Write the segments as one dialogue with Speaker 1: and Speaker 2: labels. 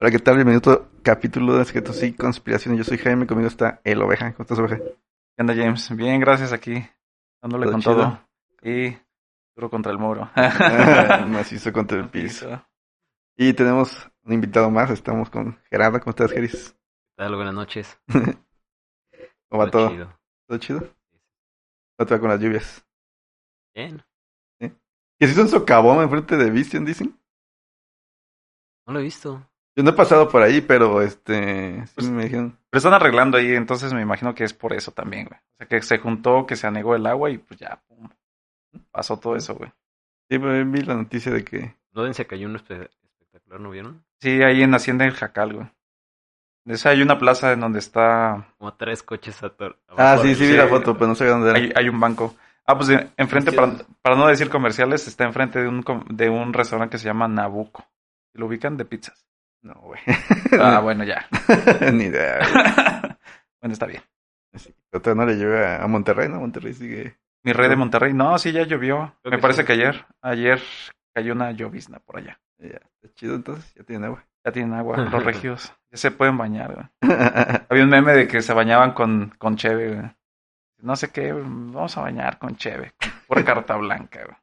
Speaker 1: Hola, ¿qué tal? Bienvenido a capítulo de Secretos y Conspiraciones. Yo soy Jaime, conmigo está el Oveja. ¿Cómo estás, Oveja?
Speaker 2: ¿Qué onda, James? Bien, gracias aquí. Dándole
Speaker 1: Todo
Speaker 2: con
Speaker 1: chido.
Speaker 2: todo. Y duro contra el muro.
Speaker 1: Macizo contra el piso.
Speaker 2: Piso.
Speaker 1: Y tenemos un invitado más. Estamos con Gerardo. ¿Cómo estás, Geris?
Speaker 3: ¿Qué tal? Buenas noches.
Speaker 1: ¿Cómo va
Speaker 3: Todo
Speaker 1: todo?
Speaker 3: chido.
Speaker 1: ¿Todo chido? No te va con las lluvias.
Speaker 3: Bien.
Speaker 1: Que se hizo un socavón enfrente de Vision, dicen.
Speaker 3: No lo he visto.
Speaker 1: Yo no he pasado por ahí, pero este. sí
Speaker 2: Pues-
Speaker 1: me dijeron.
Speaker 2: Pero están arreglando ahí, entonces me imagino que es por eso también, güey. O sea, que se juntó, que se anegó el agua y pues ya, pum, pasó todo eso, güey.
Speaker 1: Sí, pero vi la noticia de que.
Speaker 3: Loden se cayó un espe- espectacular, ¿no vieron?
Speaker 2: Sí, ahí en Hacienda del Jacal, güey. De esa hay una plaza en donde está...
Speaker 3: Como tres coches ator-
Speaker 1: Ah,
Speaker 3: abajo
Speaker 1: sí,
Speaker 3: del-
Speaker 1: sí, vi la foto, pero no sé dónde era.
Speaker 2: Hay, hay un banco. Ah, pues de- enfrente, para,
Speaker 3: Hostia.
Speaker 2: para no decir comerciales, está enfrente de un, com- de un restaurante que se llama Nabuco. Lo ubican de pizzas.
Speaker 1: No, güey.
Speaker 2: Ah, bueno, ya.
Speaker 1: Ni idea.
Speaker 2: bueno, está bien.
Speaker 1: Total, no le llega a Monterrey, ¿no? Monterrey sigue.
Speaker 2: Mi rey de Monterrey. No, sí, ya llovió.
Speaker 3: Creo
Speaker 2: Me
Speaker 3: que
Speaker 2: parece
Speaker 3: sí.
Speaker 2: que ayer. Ayer cayó una llovizna por allá.
Speaker 1: Ya, está chido, entonces ya tiene agua.
Speaker 2: Ya tienen agua, los regios. Ya se pueden bañar, güey. Había un meme de que se bañaban con, con Cheve, güey. No sé qué, vamos a bañar con Cheve. Con pura carta blanca, güey.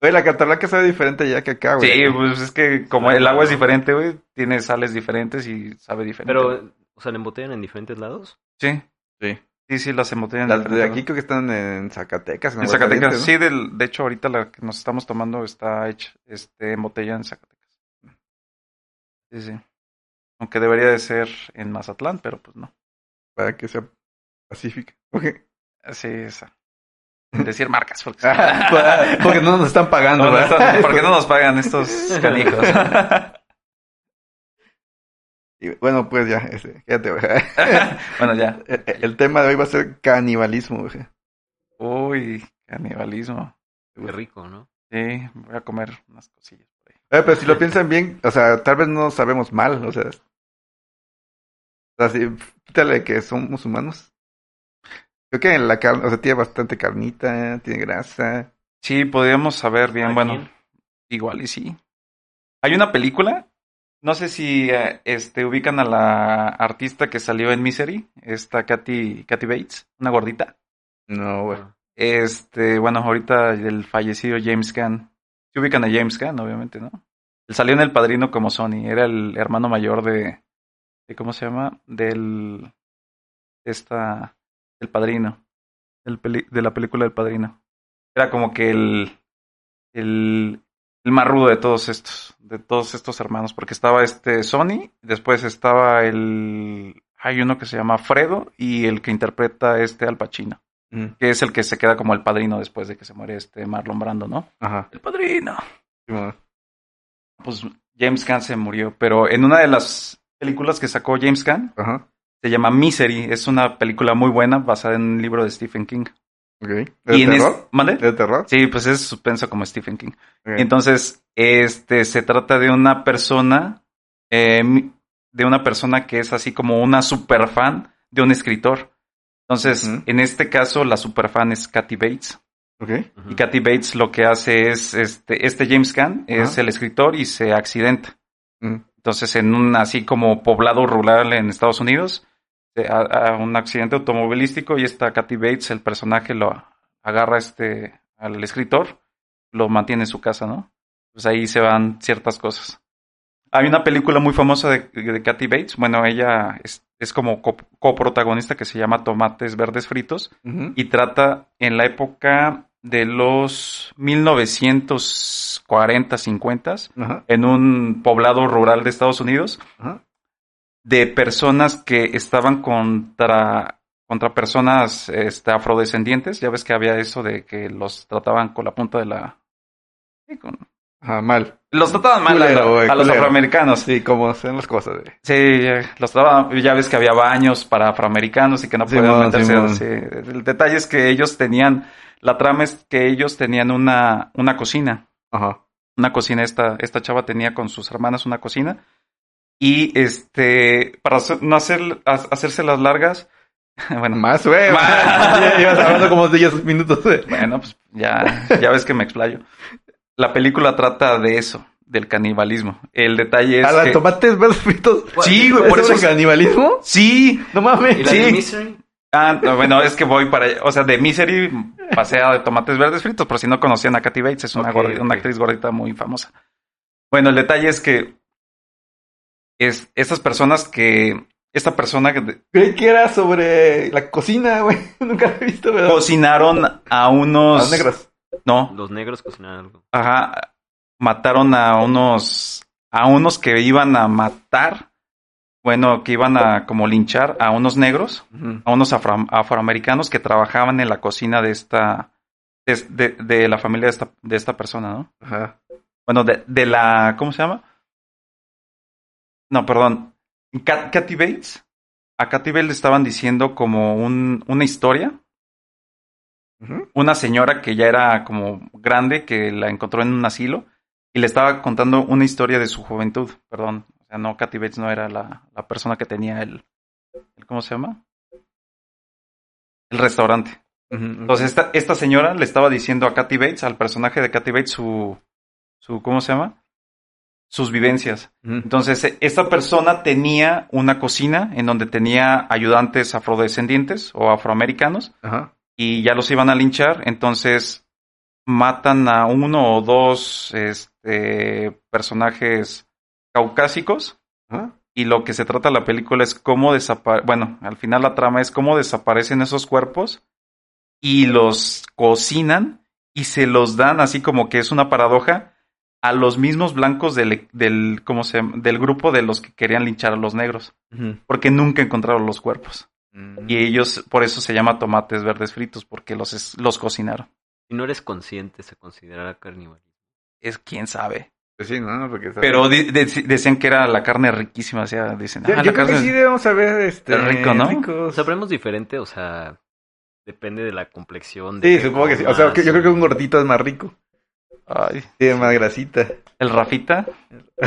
Speaker 1: Oye, la catalana sabe diferente ya que acá, Ah, güey.
Speaker 2: Sí, pues es que como
Speaker 3: Claro,
Speaker 2: el agua es
Speaker 3: ¿no?
Speaker 2: diferente, güey, tiene sales diferentes y sabe diferente. güey.
Speaker 3: Pero, o sea, ¿le embotellan en diferentes lados?
Speaker 2: Sí.
Speaker 1: Sí.
Speaker 2: Sí, sí, las embotellan.
Speaker 1: Las de
Speaker 2: diferente,
Speaker 1: aquí creo que están en Zacatecas.
Speaker 2: En Zacatecas,
Speaker 1: Aguascalientes,
Speaker 2: sí, del, de hecho ahorita la que nos estamos tomando está hecha, este, en botella en Zacatecas. Sí, sí. Aunque debería de ser en Mazatlán, pero pues no.
Speaker 1: ¿no? Para que sea pacífica. Porque,
Speaker 2: Así es. ah, Sin Decir marcas, porque,
Speaker 1: porque no nos están pagando,
Speaker 2: No, no,
Speaker 1: ¿verdad?
Speaker 2: estas- porque no nos pagan estos canijos.
Speaker 1: Y bueno, pues ya, este, fíjate, güey.
Speaker 2: bueno, ya.
Speaker 1: El, el tema de hoy va a ser canibalismo, güey.
Speaker 2: Uy, canibalismo.
Speaker 3: Qué rico, ¿no?
Speaker 2: Sí, voy a comer unas cosillas por ahí.
Speaker 1: Oye, pero si lo piensan bien, o sea, tal vez no sabemos mal, o sea. O sea, si- quítale que somos humanos. Creo que la carne, o sea, tiene bastante carnita, tiene grasa.
Speaker 2: Sí, podríamos saber bien,
Speaker 3: ¿A
Speaker 2: bueno.
Speaker 3: quién?
Speaker 2: Igual y sí. Hay una película, no sé si eh, este ubican a la artista que salió en Misery, esta Katy, Katy Bates, una gordita.
Speaker 1: No,
Speaker 2: Ah.
Speaker 1: güey.
Speaker 2: Este, bueno, ahorita el fallecido James Caan. Si ubican a James Caan, obviamente, ¿no? Él salió en El Padrino como Sony, era el hermano mayor de, de ¿cómo se llama? Del esta El Padrino, del peli- de la película El Padrino. Era como que el el el más rudo de todos estos, de todos estos hermanos, porque estaba este Sony, después estaba el hay uno que se llama Fredo y el que interpreta este Al Pacino
Speaker 1: Mm,
Speaker 2: que es el que se queda como el padrino después de que se muere este Marlon Brando, ¿no?
Speaker 1: Ajá.
Speaker 2: El padrino.
Speaker 1: sí, bueno.
Speaker 2: Pues James Caan se murió, pero en una de las películas que sacó James Caan
Speaker 1: Ajá.
Speaker 2: se llama Misery, es una película muy buena basada en un libro de Stephen King.
Speaker 1: Ok. ¿De
Speaker 2: Y en es-
Speaker 1: terror?
Speaker 2: ¿Mande?
Speaker 1: ¿De terror?
Speaker 2: Sí, pues es suspenso como Stephen King.
Speaker 1: Ok.
Speaker 2: Entonces, este se trata de una persona, eh, mi- de una persona que es así como una superfan de un escritor. Entonces,
Speaker 1: Ujú.
Speaker 2: en este caso, la superfan es Kathy Bates.
Speaker 1: Ok.
Speaker 3: Ah, Ujú.
Speaker 2: Y Kathy Bates lo que hace es, este, este James Caan es
Speaker 1: Ajá.
Speaker 2: el escritor y se accidenta.
Speaker 1: Mm.
Speaker 2: Entonces, en un así como poblado rural en Estados Unidos, eh, a, a un accidente automovilístico y esta Kathy Bates, el personaje, lo agarra este al escritor, lo mantiene en su casa, ¿no? Pues ahí se van ciertas cosas. Hay una película muy famosa de, de Kathy Bates, bueno, ella es, es como co- coprotagonista que se llama Tomates Verdes Fritos,
Speaker 1: Ujú.
Speaker 2: y trata en la época de los 1940, 50
Speaker 1: Ajá.
Speaker 2: en un poblado rural de Estados Unidos,
Speaker 1: Ajá.
Speaker 2: de personas que estaban contra, contra personas este, afrodescendientes. Ya ves que había eso de que los trataban con la punta de la... sí, con-
Speaker 1: Ajá, Ah, mal.
Speaker 2: Los trataban mal a-
Speaker 1: Culero, güey,
Speaker 2: a, los
Speaker 1: culero.
Speaker 2: afroamericanos.
Speaker 1: Sí, como sean las cosas, güey.
Speaker 2: Sí, ya, los traba- ya ves que había baños para afroamericanos y que no podían
Speaker 1: Simón,
Speaker 2: meterse.
Speaker 1: Simón.
Speaker 2: sí. El detalle es que ellos tenían, la trama es que ellos tenían una, una cocina.
Speaker 1: Ajá.
Speaker 2: Una cocina, esta, esta chava tenía con sus hermanas una cocina. Y este, para hacer- no hacer, ha- hacerse las largas, bueno,
Speaker 1: Más, güey.
Speaker 2: Más.
Speaker 1: Ya Ibas hablando como de 10 minutos, güey.
Speaker 2: Bueno, pues ya, ya ves que me explayo. La película trata de eso, del canibalismo. El detalle es
Speaker 1: ¿A la
Speaker 2: que-
Speaker 1: tomates verdes fritos?
Speaker 2: Sí, güey,
Speaker 1: ¿Es
Speaker 2: por eso...
Speaker 1: sobre canibalismo?
Speaker 2: Sí.
Speaker 1: No mames.
Speaker 3: ¿Y la de Misery?
Speaker 2: Ah, no, bueno, es que voy para... O sea, de Misery pasé a de tomates verdes fritos, por si no conocían a Kathy Bates, es una,
Speaker 3: Ok,
Speaker 2: gordi- una
Speaker 3: ok.
Speaker 2: actriz gordita muy famosa. Bueno, el detalle es que es, estas personas que... Esta persona que
Speaker 1: Creí que era sobre la cocina, güey. Nunca la he visto, ¿verdad?
Speaker 2: cocinaron a
Speaker 1: A
Speaker 2: unos...
Speaker 1: los negros.
Speaker 2: No,
Speaker 3: Los negros cocinan algo.
Speaker 2: Ajá. Mataron a unos. a unos que iban a matar. Bueno, que iban a como linchar a unos negros, a unos afro- afroamericanos que trabajaban en la cocina de esta. de, de- de la familia de esta, de esta persona, ¿no?
Speaker 1: Ajá.
Speaker 2: Bueno, de, de la. ¿Cómo se llama? No, perdón. Ca- Kathy Bates. A Kathy Bates le estaban diciendo como un, una historia
Speaker 1: Ujú.
Speaker 2: una señora que ya era como grande, que la encontró en un asilo y le estaba contando una historia de su juventud. Perdón, o sea, no, Kathy Bates no era la, la persona que tenía el, el- ¿Cómo se llama? El restaurante. Entonces, esta, esta señora le estaba diciendo a Kathy Bates, al personaje de Kathy Bates, su, su. ¿Cómo se llama? Sus vivencias.
Speaker 1: Ujú.
Speaker 2: Entonces, e- esta persona tenía una cocina en donde tenía ayudantes afrodescendientes o afroamericanos
Speaker 1: Ajá.
Speaker 2: y ya los iban a linchar, entonces matan a uno o dos este, personajes caucásicos
Speaker 1: Ajá.
Speaker 2: y lo que se trata la película es cómo desaparecen, bueno, al final la trama es cómo desaparecen esos cuerpos y los cocinan y se los dan así como que es una paradoja a los mismos blancos del, e-, del, ¿cómo se llama? del grupo de los que querían linchar a los negros, porque nunca encontraron los cuerpos.
Speaker 1: Mm.
Speaker 2: Y ellos, por eso se llama tomates verdes fritos, porque los, es- los cocinaron.
Speaker 3: Si no eres consciente, se considerará carnívoro.
Speaker 2: Es quién sabe.
Speaker 1: Pues sí, ¿no? Porque está-
Speaker 2: Pero di- de- decían que era la carne riquísima, o sea, dicen.
Speaker 1: Yo,
Speaker 2: "Ah,
Speaker 1: yo creo
Speaker 2: la
Speaker 1: que
Speaker 2: carne
Speaker 1: sí debemos saber, este...
Speaker 2: Está rico, ¿no?
Speaker 1: ricos.
Speaker 3: Sabremos diferente, o sea, depende de la complexión. de
Speaker 1: Sí,
Speaker 3: qué
Speaker 1: supongo que sí. O sea,
Speaker 3: comas
Speaker 1: que yo creo que un
Speaker 3: y-
Speaker 1: gordito es más rico.
Speaker 2: Ay,
Speaker 1: Tiene más grasita.
Speaker 2: el Rafita.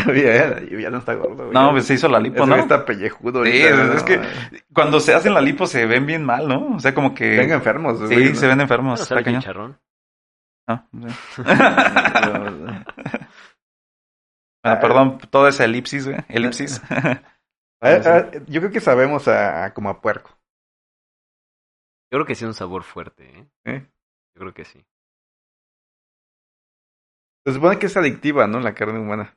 Speaker 1: ya, ya no está gordo, güey.
Speaker 2: No, pues se hizo la lipo,
Speaker 1: Ese
Speaker 2: ¿no?
Speaker 1: güey está pellejudo.
Speaker 2: Sí,
Speaker 1: ahorita,
Speaker 2: es-
Speaker 1: ¿no?
Speaker 2: es que- Cuando se hacen la lipo se ven bien mal, ¿no? O sea, como que.
Speaker 1: Están enfermos.
Speaker 2: sí,
Speaker 1: güey, ¿no?
Speaker 2: se ven enfermos.
Speaker 3: Bueno,
Speaker 2: está
Speaker 3: sale
Speaker 2: cañón. Ah,
Speaker 3: chicharrón.
Speaker 2: No, sí.
Speaker 1: Pero-
Speaker 2: Bueno, Ah, perdón, toda esa elipsis, güey. Elipsis.
Speaker 1: A ver, a ver, yo creo que sabemos a, a como a puerco.
Speaker 3: Yo creo que sí es un sabor fuerte, ¿eh?
Speaker 1: ¿Eh?
Speaker 3: Yo creo que sí.
Speaker 1: Se supone que es adictiva, ¿no? La carne humana.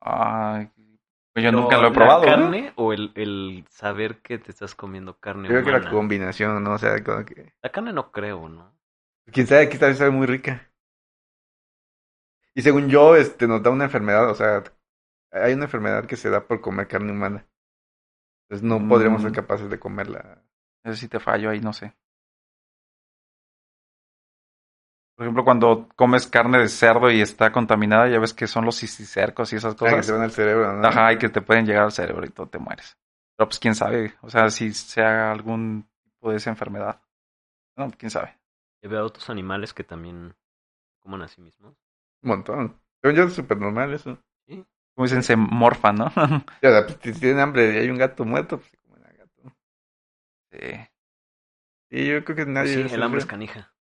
Speaker 2: Ay, yo
Speaker 3: Pero,
Speaker 2: nunca lo he
Speaker 3: ¿la
Speaker 2: probado. ¿eh?
Speaker 3: carne o el, el saber que te estás comiendo carne
Speaker 1: Yo creo que la
Speaker 3: humana?
Speaker 1: combinación, ¿no? O sea, como que...
Speaker 3: La carne no creo, ¿no?
Speaker 1: Quién sabe, que tal vez sabe muy rica. Y según yo, este, nos da una enfermedad, o sea, hay una enfermedad que se da por comer carne humana. Entonces no
Speaker 2: Mm.
Speaker 1: podríamos ser capaces de comerla.
Speaker 2: Eso sí te fallo ahí, no sé. Por ejemplo, cuando comes carne de cerdo y está contaminada, ya ves que son los cisticercos y esas
Speaker 1: Ah, que se
Speaker 2: cosas.
Speaker 1: van al cerebro, ¿no?
Speaker 2: Ajá, y que te pueden llegar al cerebro y todo te mueres. Pero pues quién sabe, o sea, si sea algún tipo de esa enfermedad. No, quién sabe.
Speaker 3: He veo a otros animales que también coman a sí mismos.
Speaker 1: Un montón. Según yo es súper normal eso.
Speaker 2: Como dicen, se morfan, ¿no?
Speaker 1: Ya, la- pues, si tienen hambre y hay un gato muerto, pues se comen al gato.
Speaker 2: sí,
Speaker 1: Y yo creo que
Speaker 2: Ah,
Speaker 1: nadie.
Speaker 3: Sí, el
Speaker 1: sufre.
Speaker 3: hambre es canija.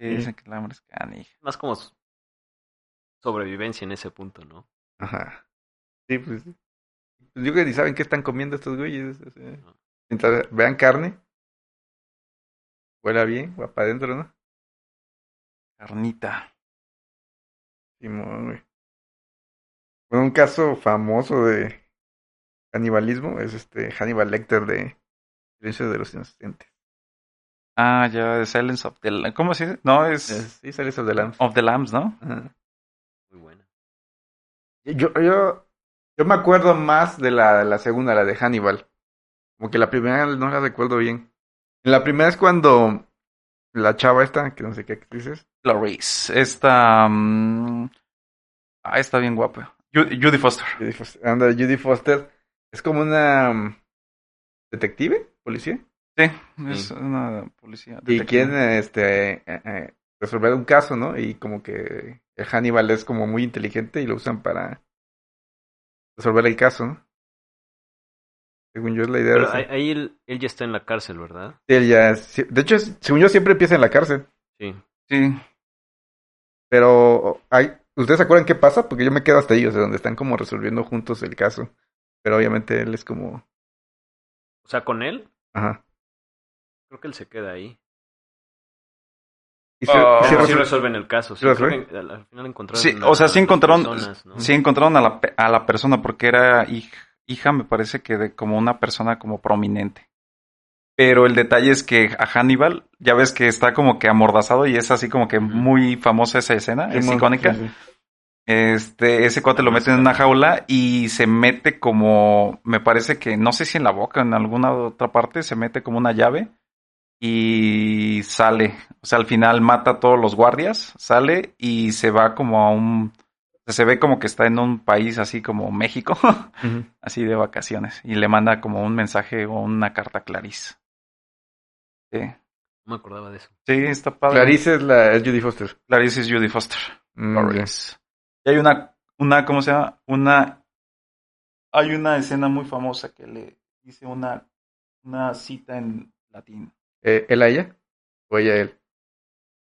Speaker 2: sí, dicen que el hambre es canija.
Speaker 3: Más como s- sobrevivencia en ese punto, ¿no?
Speaker 1: Ajá. Sí, pues. sí. Pues yo creo que ni saben qué están comiendo estos güeyes. o sea.
Speaker 3: No.
Speaker 1: Mientras vean carne, huela bien, va para adentro, ¿no?
Speaker 2: Carnita.
Speaker 1: Simón, güey. Bueno, un caso famoso de canibalismo es este Hannibal Lecter de Silencio de los Inocentes.
Speaker 2: Ah, ya, The Silence of the Lambs. ¿Cómo se dice? No, es,
Speaker 1: Es- Sí, sale sobre la...
Speaker 2: Of the Lambs, ¿no?
Speaker 1: Ajá.
Speaker 3: Muy buena.
Speaker 1: Yo, yo, yo me acuerdo más de la, de la segunda, la de Hannibal. Como que la primera no la recuerdo bien. La primera es cuando la chava esta, que no sé qué actriz es.
Speaker 2: Clarice. Esta. mm, ah, está bien guapa. Ju- Judy Foster.
Speaker 1: Judy Foster, anda, Judy Foster es como una mm, detective, policía,
Speaker 2: Sí, es una policía.
Speaker 1: y
Speaker 2: detective.
Speaker 1: quiere este, eh, eh, resolver un caso, ¿no? Y como que el Hannibal es como muy inteligente y lo usan para resolver el caso, ¿no? Según yo es la idea. de
Speaker 3: Pero
Speaker 1: esa-
Speaker 3: ahí- ahí él, él ya está en la cárcel, ¿verdad?
Speaker 1: Sí, él ya es- sí, de hecho, es- según yo siempre empieza en la cárcel,
Speaker 3: Sí.
Speaker 2: Sí.
Speaker 1: pero hay, ¿Ustedes se acuerdan qué pasa? Porque yo me quedo hasta ahí, o sea, donde están como resolviendo juntos el caso. Pero obviamente él es como.
Speaker 3: O sea, con él,
Speaker 1: Ajá.
Speaker 3: creo que él se queda ahí.
Speaker 1: Y
Speaker 2: Ah,
Speaker 1: y
Speaker 3: Sí,
Speaker 2: resuelve.
Speaker 3: resuelven el caso. Sí,
Speaker 1: ¿Sí
Speaker 3: creo
Speaker 1: resuelve?
Speaker 3: que al, al final encontraron.
Speaker 2: Sí,
Speaker 3: a
Speaker 2: o sea, sí
Speaker 3: las
Speaker 2: encontraron-
Speaker 3: personas, ¿no?
Speaker 2: Sí encontraron a la, pe- a la persona porque era hij- hija, me parece que de como una persona como prominente. Pero el detalle es que a Hannibal, ya ves que está como que amordazado y es así como que
Speaker 3: Ujú.
Speaker 2: muy famosa esa escena, es
Speaker 1: Simón,
Speaker 2: icónica.
Speaker 1: sí, sí.
Speaker 2: Este, ese cuate lo mete en una jaula y se mete como, me parece que, no sé si en la boca o en alguna otra parte, se mete como una llave y sale. O sea, al final mata a todos los guardias, sale y se va como a un, o sea, se ve como que está en un país así como México,
Speaker 1: Ujú.
Speaker 2: así de vacaciones, y le manda como un mensaje o una carta a Clarice. Sí,
Speaker 3: No me acordaba de eso.
Speaker 2: sí está padre.
Speaker 1: Clarice es la es Judy Foster.
Speaker 2: Clarice es Judy Foster.
Speaker 1: Mm,
Speaker 2: Lawrence. Y hay una, una, ¿cómo se llama? Una, hay una escena muy famosa que le dice una, una cita en latín.
Speaker 1: ya. Eh, ¿Él a ella? ¿O ella a él?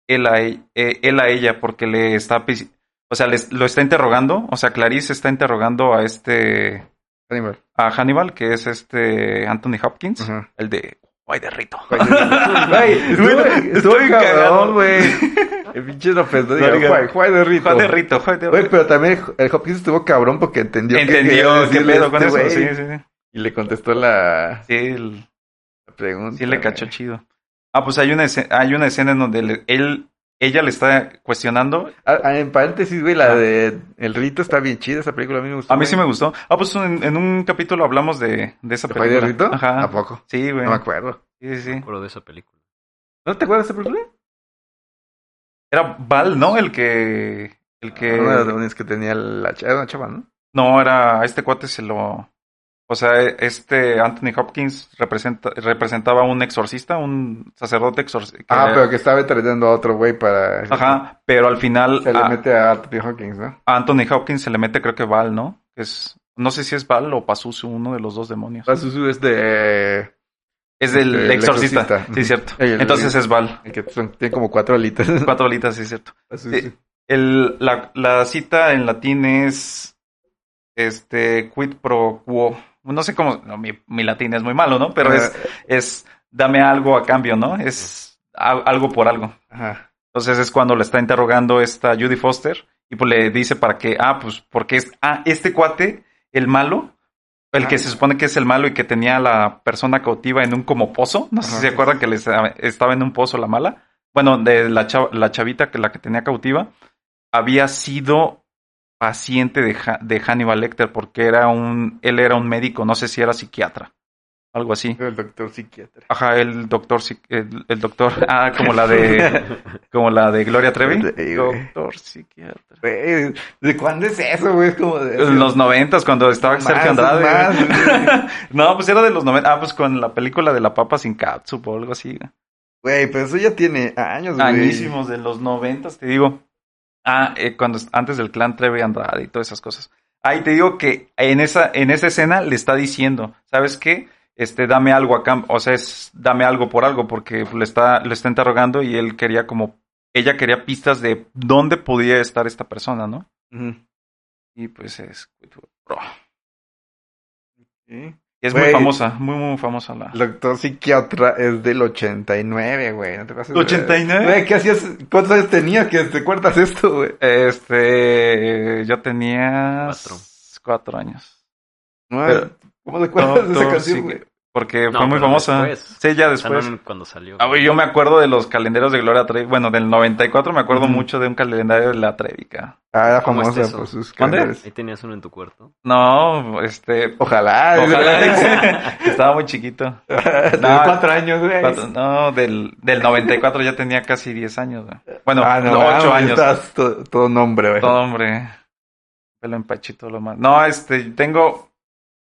Speaker 2: Él a, e- eh, él a ella, porque le está, pis- o sea, les- lo está interrogando, o sea, Clarice está interrogando a este,
Speaker 1: Animal.
Speaker 2: a Hannibal, que es este Anthony Hopkins,
Speaker 1: Ajá.
Speaker 2: el de, guay de rito.
Speaker 1: Güey, estoy,
Speaker 2: estoy cagado.
Speaker 1: güey. El pinche no pensó,
Speaker 2: No, diga-
Speaker 1: diga, Juan de Rito.
Speaker 2: Guay de rito, guay de
Speaker 1: Güey,
Speaker 2: rito.
Speaker 1: pero también el Hopkins estuvo cabrón porque entendió. que quería
Speaker 2: Entendió, qué
Speaker 1: decirle
Speaker 2: pedo con
Speaker 1: este
Speaker 2: eso,
Speaker 1: güey.
Speaker 2: sí, sí, sí.
Speaker 1: Y le contestó la,
Speaker 2: Sí, el-
Speaker 1: la pregunta.
Speaker 2: Sí le cachó
Speaker 1: güey.
Speaker 2: chido. Ah, pues hay una escena, hay una escena en donde le- él, ella le está cuestionando.
Speaker 1: Ah, ah, en paréntesis, güey, la
Speaker 2: Ah.
Speaker 1: de El Rito está bien chida. Esa película a mí me gustó.
Speaker 2: A mí sí me
Speaker 1: güey.
Speaker 2: gustó. Ah, pues en, en un capítulo hablamos de, de esa
Speaker 1: ¿De Juan de
Speaker 2: película.
Speaker 1: Rito?
Speaker 2: Ajá.
Speaker 1: ¿A poco?
Speaker 2: Sí, güey.
Speaker 1: No me acuerdo.
Speaker 2: Sí, sí.
Speaker 3: Me
Speaker 2: sí.
Speaker 3: acuerdo de esa película.
Speaker 1: ¿No te acuerdas de esa película?
Speaker 2: Era Val, ¿no? El que, el que.
Speaker 1: Una de las demonias que tenía la chava, una chava,
Speaker 2: Eh,
Speaker 1: ¿no?
Speaker 2: No, era, a este cuate se lo, o sea, este Anthony Hopkins representa, representaba un exorcista, un sacerdote exorcista.
Speaker 1: Ah, pero que estaba tratando a otro güey para...
Speaker 2: Ajá, Ah. pero al final
Speaker 1: Se le
Speaker 2: a-
Speaker 1: mete a Anthony Hawkins, ¿no?
Speaker 2: a Anthony Hopkins se le mete creo que Val, ¿no? Que es, no sé si es Val o Pazuzu, uno de los dos demonios.
Speaker 1: Pazuzu es de... eh,
Speaker 2: Es del
Speaker 1: El
Speaker 2: exorcista.
Speaker 1: exorcista.
Speaker 2: Sí, cierto.
Speaker 1: El-
Speaker 2: Entonces es Val.
Speaker 1: el que son- tiene como cuatro alitas.
Speaker 2: Cuatro bolitas, sí, cierto.
Speaker 1: Pazuzu.
Speaker 2: Sí. El, la, la cita en latín es este quid pro quo. No sé cómo. no, mi, mi latín es muy malo, ¿no? Pero es, es dame algo a cambio, ¿no? Es a- algo por algo.
Speaker 1: Ajá.
Speaker 2: Entonces es cuando le está interrogando esta Judy Foster y pues le dice para que, ah, pues porque es, ah, este cuate, el malo, el que
Speaker 1: Ah.
Speaker 2: se supone que es el malo y que tenía a la persona cautiva en un como pozo, no sé
Speaker 1: Ajá,
Speaker 2: si se
Speaker 1: sí,
Speaker 2: acuerdan que les, ah, estaba en un pozo la mala, bueno, de la, chava- la chavita que la que tenía cautiva, había sido paciente de, Ha- de Hannibal Lecter porque era un, él era un médico, no sé si era psiquiatra, algo así.
Speaker 1: El doctor psiquiatra.
Speaker 2: Ajá, el doctor, psiqui- el, el doctor, ah, como la de... Como la de Gloria Trevi.
Speaker 1: Sí, güey.
Speaker 2: Doctor psiquiatra.
Speaker 1: Güey, ¿De cuándo es eso, güey? Es como de...
Speaker 2: En los noventas, cuando estaba
Speaker 1: Más,
Speaker 2: Sergio Andrade.
Speaker 1: más,
Speaker 2: güey. no, pues era de los noventas. Ah, pues con la película de la papa sin catsup o algo así.
Speaker 1: Güey, pero eso ya tiene años, güey.
Speaker 2: Añísimos de los noventas, te digo. Ah, eh, cuando antes del clan Trevi Andrade y todas esas cosas. Ahí te digo que en esa, en esa escena le está diciendo, ¿sabes qué? Este, dame algo a cambio, o sea, es dame algo por algo, porque le está, le está interrogando y él quería como, ella quería pistas de dónde podía estar esta persona, ¿no?
Speaker 1: Ujú.
Speaker 2: Y pues es. bro.
Speaker 1: Sí.
Speaker 2: Es
Speaker 1: Güey.
Speaker 2: muy famosa, muy, muy famosa la.
Speaker 1: El doctor psiquiatra es del 89, güey. No te pases de-
Speaker 2: 89.
Speaker 1: Güey, ¿qué hacías? ¿Cuántos años tenías que te cuentas esto, güey?
Speaker 2: Este. Yo tenía.
Speaker 3: Cuatro.
Speaker 2: cuatro años.
Speaker 1: No,
Speaker 2: Pero-
Speaker 1: ¿Cómo te acuerdas de esa
Speaker 2: Doctor
Speaker 1: canción,
Speaker 2: Psiqui-
Speaker 1: güey?
Speaker 2: Porque
Speaker 3: No,
Speaker 2: fue muy
Speaker 3: pero
Speaker 2: famosa.
Speaker 3: después.
Speaker 2: Sí, ya
Speaker 3: O sea, no
Speaker 2: después.
Speaker 3: en- cuando salió.
Speaker 2: Ah, güey, yo me acuerdo de los calendarios de Gloria Trevi. Bueno, del 94 me acuerdo
Speaker 1: Ujú.
Speaker 2: mucho de un calendario de la Trevica.
Speaker 1: Ah, era
Speaker 3: ¿Cómo es
Speaker 1: famosa
Speaker 3: eso?
Speaker 1: por sus
Speaker 2: ¿Mande?
Speaker 1: canciones.
Speaker 3: Ahí tenías uno en tu cuarto.
Speaker 2: No, este.
Speaker 1: Ojalá.
Speaker 2: Ojalá. Estaba muy chiquito.
Speaker 1: De
Speaker 2: No.
Speaker 1: cuatro años, güey.
Speaker 2: Cuatro- no, del, del 94 ya tenía casi 10 años. güey. Bueno,
Speaker 1: Ah, no,
Speaker 2: ocho
Speaker 1: mames,
Speaker 2: años.
Speaker 1: Estás to- todo nombre, güey.
Speaker 2: Todo hombre. Pelo en pachito lo más. No, este, tengo,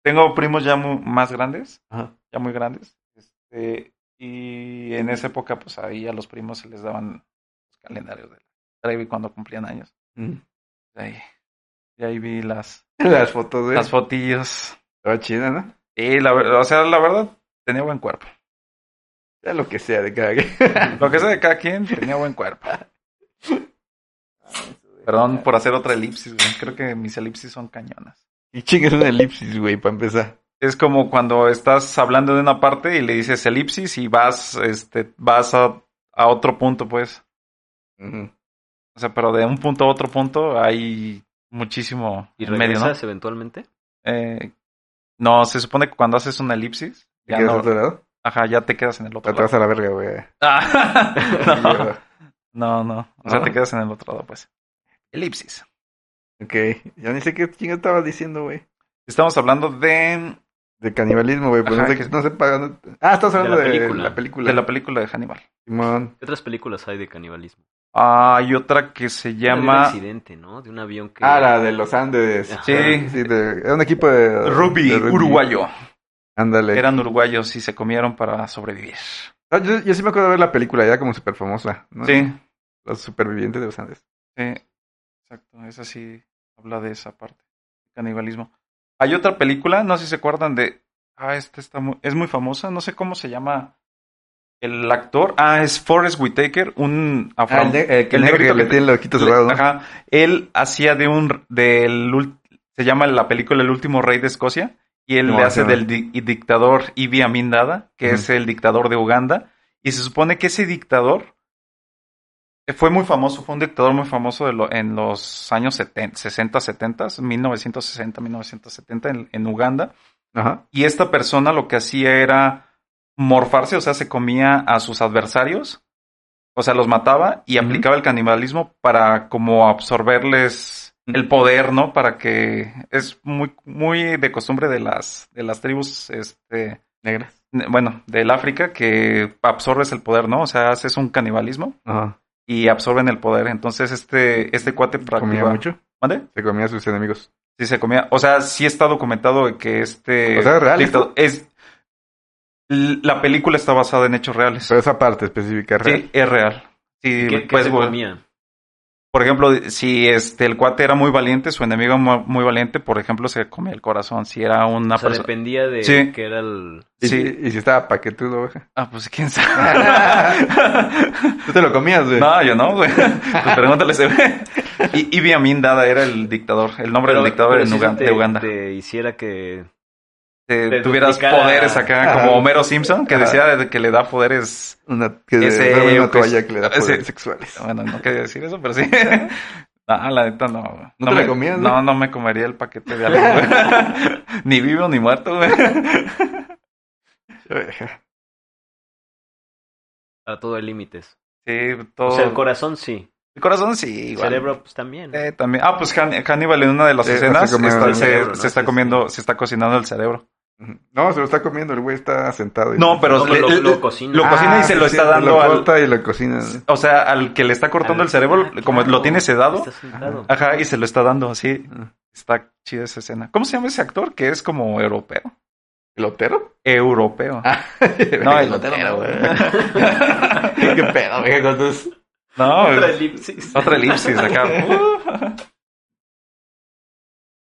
Speaker 2: tengo primos ya mu- más grandes,
Speaker 1: Ajá.
Speaker 2: ya muy grandes. Este, y en esa época, pues ahí a los primos se les daban los calendarios de Trevi cuando cumplían años.
Speaker 1: Mm.
Speaker 2: De ahí, de ahí vi las,
Speaker 1: Las fotos, güey.
Speaker 2: las fotillos.
Speaker 1: Estaba chida, ¿no?
Speaker 2: Y la ver- o sea, la verdad, tenía buen cuerpo.
Speaker 1: Ya lo que sea de cada
Speaker 2: Lo que sea de cada quien, tenía buen cuerpo. Perdón por hacer otra elipsis, güey. Creo que mis elipsis son cañonas.
Speaker 1: Y chingas una elipsis, güey, para empezar.
Speaker 2: Es como cuando estás hablando de una parte y le dices elipsis y vas, este, vas a, a otro punto, pues.
Speaker 1: Ujú.
Speaker 2: O sea, pero de un punto a otro punto hay muchísimo
Speaker 3: ¿Y
Speaker 2: en medio, ¿no?
Speaker 3: regresas eventualmente?
Speaker 2: Eh, no, se supone que cuando haces una elipsis,
Speaker 1: ¿Te
Speaker 2: ya
Speaker 1: quedas
Speaker 2: no-
Speaker 1: al otro lado?
Speaker 2: ajá, ya te quedas en el
Speaker 1: O
Speaker 2: otro
Speaker 1: te vas
Speaker 2: lado.
Speaker 1: a la verga, güey.
Speaker 2: Ah, no. No, no. O sea,
Speaker 1: ¿No?
Speaker 2: te quedas en el otro lado, pues. Elipsis.
Speaker 1: Ok, ya ni sé qué chingas estabas diciendo, güey.
Speaker 2: Estamos hablando de,
Speaker 1: De canibalismo, güey, pues
Speaker 2: Ajá,
Speaker 1: no sé,
Speaker 2: que-
Speaker 1: no sé pa- no- Ah, estás
Speaker 3: De
Speaker 1: hablando
Speaker 3: la
Speaker 1: de
Speaker 3: película.
Speaker 1: la película.
Speaker 2: de la película de Hannibal.
Speaker 1: Simón.
Speaker 3: ¿Qué otras películas hay de canibalismo?
Speaker 2: Hay otra que se
Speaker 3: Una de Un
Speaker 2: llama
Speaker 3: accidente, ¿no? De un avión que...
Speaker 1: Ah, la de los Andes.
Speaker 3: Ajá.
Speaker 2: Sí.
Speaker 1: Sí, de, era un equipo de...
Speaker 2: Ruby,
Speaker 1: de rugby.
Speaker 2: uruguayo.
Speaker 1: Ándale.
Speaker 2: Eran uruguayos y se comieron para sobrevivir.
Speaker 1: Ah, yo, yo sí me acuerdo de ver la película, ya como súper famosa, ¿no?
Speaker 2: Sí,
Speaker 1: Los supervivientes de los Andes.
Speaker 2: sí. Exacto, esa sí habla de esa parte. Canibalismo. Hay otra película, no sé si se acuerdan de... Ah, esta está muy- es muy famosa, no sé cómo se llama el actor. Ah, es Forrest Whitaker, un afro...
Speaker 1: Ah, el negro que le
Speaker 2: te-
Speaker 1: tiene los ojitos cerrados, ¿no?
Speaker 2: Ajá. Él hacía de un del ul- se llama la película El último rey de Escocia y él
Speaker 1: No,
Speaker 2: le hace
Speaker 1: ajá.
Speaker 2: del di- y dictador Idi Amin Dada, que
Speaker 1: Ujú.
Speaker 2: es el dictador de Uganda y se supone que ese dictador fue muy famoso, fue un dictador muy famoso de lo- en los años 70, 60, 70, 1960, 1970 en, en Uganda.
Speaker 1: Ajá.
Speaker 2: Y esta persona lo que hacía era morfarse, o sea, se comía a sus adversarios, o sea, los mataba y
Speaker 1: Ujú.
Speaker 2: aplicaba el canibalismo para como absorberles el poder, ¿no? Para que es muy muy de costumbre de las de las tribus este
Speaker 1: Negras.
Speaker 2: ne- bueno, del África que absorbes el poder, ¿no? O sea, haces un canibalismo
Speaker 1: Ajá.
Speaker 2: y absorben el poder. Entonces este este cuate
Speaker 1: Comía
Speaker 2: practicaba
Speaker 1: mucho.
Speaker 2: ¿Mande?
Speaker 1: Se comía a sus enemigos.
Speaker 2: Sí, se comía. O sea, sí está documentado de que este.
Speaker 1: O sea, ¿es real
Speaker 2: dictado- es- L- La película está basada en hechos reales.
Speaker 1: Pero esa parte específica, real.
Speaker 2: Sí, es real. Sí,
Speaker 3: ¿Qué, qué
Speaker 2: pues,
Speaker 3: se
Speaker 2: bueno,
Speaker 3: comía?
Speaker 2: por ejemplo, si este el cuate era muy valiente, su enemigo mu- muy valiente, por ejemplo, se comía el corazón. Si era una
Speaker 3: O sea,
Speaker 2: persona.
Speaker 3: dependía de
Speaker 2: Sí.
Speaker 3: que era el...
Speaker 1: Y,
Speaker 2: Sí.
Speaker 1: y si estaba paquetudo, güey.
Speaker 2: Ah, pues quién sabe.
Speaker 1: Tú te lo comías, güey.
Speaker 2: no, yo no, güey. Pues pregúntale se ve. Y Idi Amin Dada era el dictador, el nombre del dictador en
Speaker 3: si
Speaker 2: Uga-
Speaker 3: eso te-
Speaker 2: de Uganda.
Speaker 3: pues, este, te hiciera que...
Speaker 2: te
Speaker 3: Te
Speaker 2: tuvieras
Speaker 3: duplicara-
Speaker 2: poderes acá,
Speaker 1: Ajá.
Speaker 2: como Homero Simpson, que
Speaker 1: Ajá.
Speaker 2: decía de que le da poderes.
Speaker 1: Una, que
Speaker 2: Ese-
Speaker 1: era una
Speaker 2: pues,
Speaker 1: toalla que le da
Speaker 2: ese-
Speaker 1: poderes sexuales.
Speaker 2: Bueno, no quería decir eso, pero sí. No, la neta no. güey.
Speaker 1: ¿No te la
Speaker 2: me-
Speaker 1: comías,
Speaker 2: No,
Speaker 1: güey?
Speaker 2: no me comería el paquete de algo, güey. Ni vivo ni muerto, güey.
Speaker 1: eh,
Speaker 3: A todo hay límites.
Speaker 2: Sí, todo.
Speaker 3: O sea, el corazón sí.
Speaker 2: El corazón sí,
Speaker 3: El
Speaker 2: Oh. igual.
Speaker 3: cerebro pues también. ¿no?
Speaker 2: Eh, también. Ah, pues Han- Hannibal en una de las
Speaker 1: Sí,
Speaker 2: escenas
Speaker 1: se comió
Speaker 2: está-
Speaker 1: el
Speaker 2: se,
Speaker 3: cerebro, ¿no?
Speaker 2: se está
Speaker 3: Sí,
Speaker 2: comiendo, se está cocinando el cerebro.
Speaker 1: Ujú. No, se lo está comiendo, el güey está sentado. y-
Speaker 2: No, pero
Speaker 3: No,
Speaker 2: le-
Speaker 3: lo,
Speaker 2: le-
Speaker 3: lo cocina.
Speaker 2: lo
Speaker 3: Ah,
Speaker 2: cocina y se lo
Speaker 1: sí,
Speaker 2: está
Speaker 1: sí,
Speaker 2: dando
Speaker 1: Lo
Speaker 2: al-
Speaker 1: corta y lo cocina.
Speaker 2: o sea, al que le está cortando el cerebro,
Speaker 3: ah,
Speaker 2: como lo
Speaker 3: claro,
Speaker 2: tiene sedado, Ah,
Speaker 3: está sentado.
Speaker 2: Ajá, y se lo está dando así.
Speaker 1: Ujú.
Speaker 2: Está chida esa escena. ¿Cómo se llama ese actor? Que es como europeo.
Speaker 1: ¿El otero?
Speaker 2: Europeo.
Speaker 3: Ah.
Speaker 1: no,
Speaker 2: el otero, güey.
Speaker 1: ¿Qué pedo, güey? con tus-
Speaker 2: No,
Speaker 3: Otra
Speaker 2: es-
Speaker 3: elipsis.
Speaker 2: otra elipsis acá.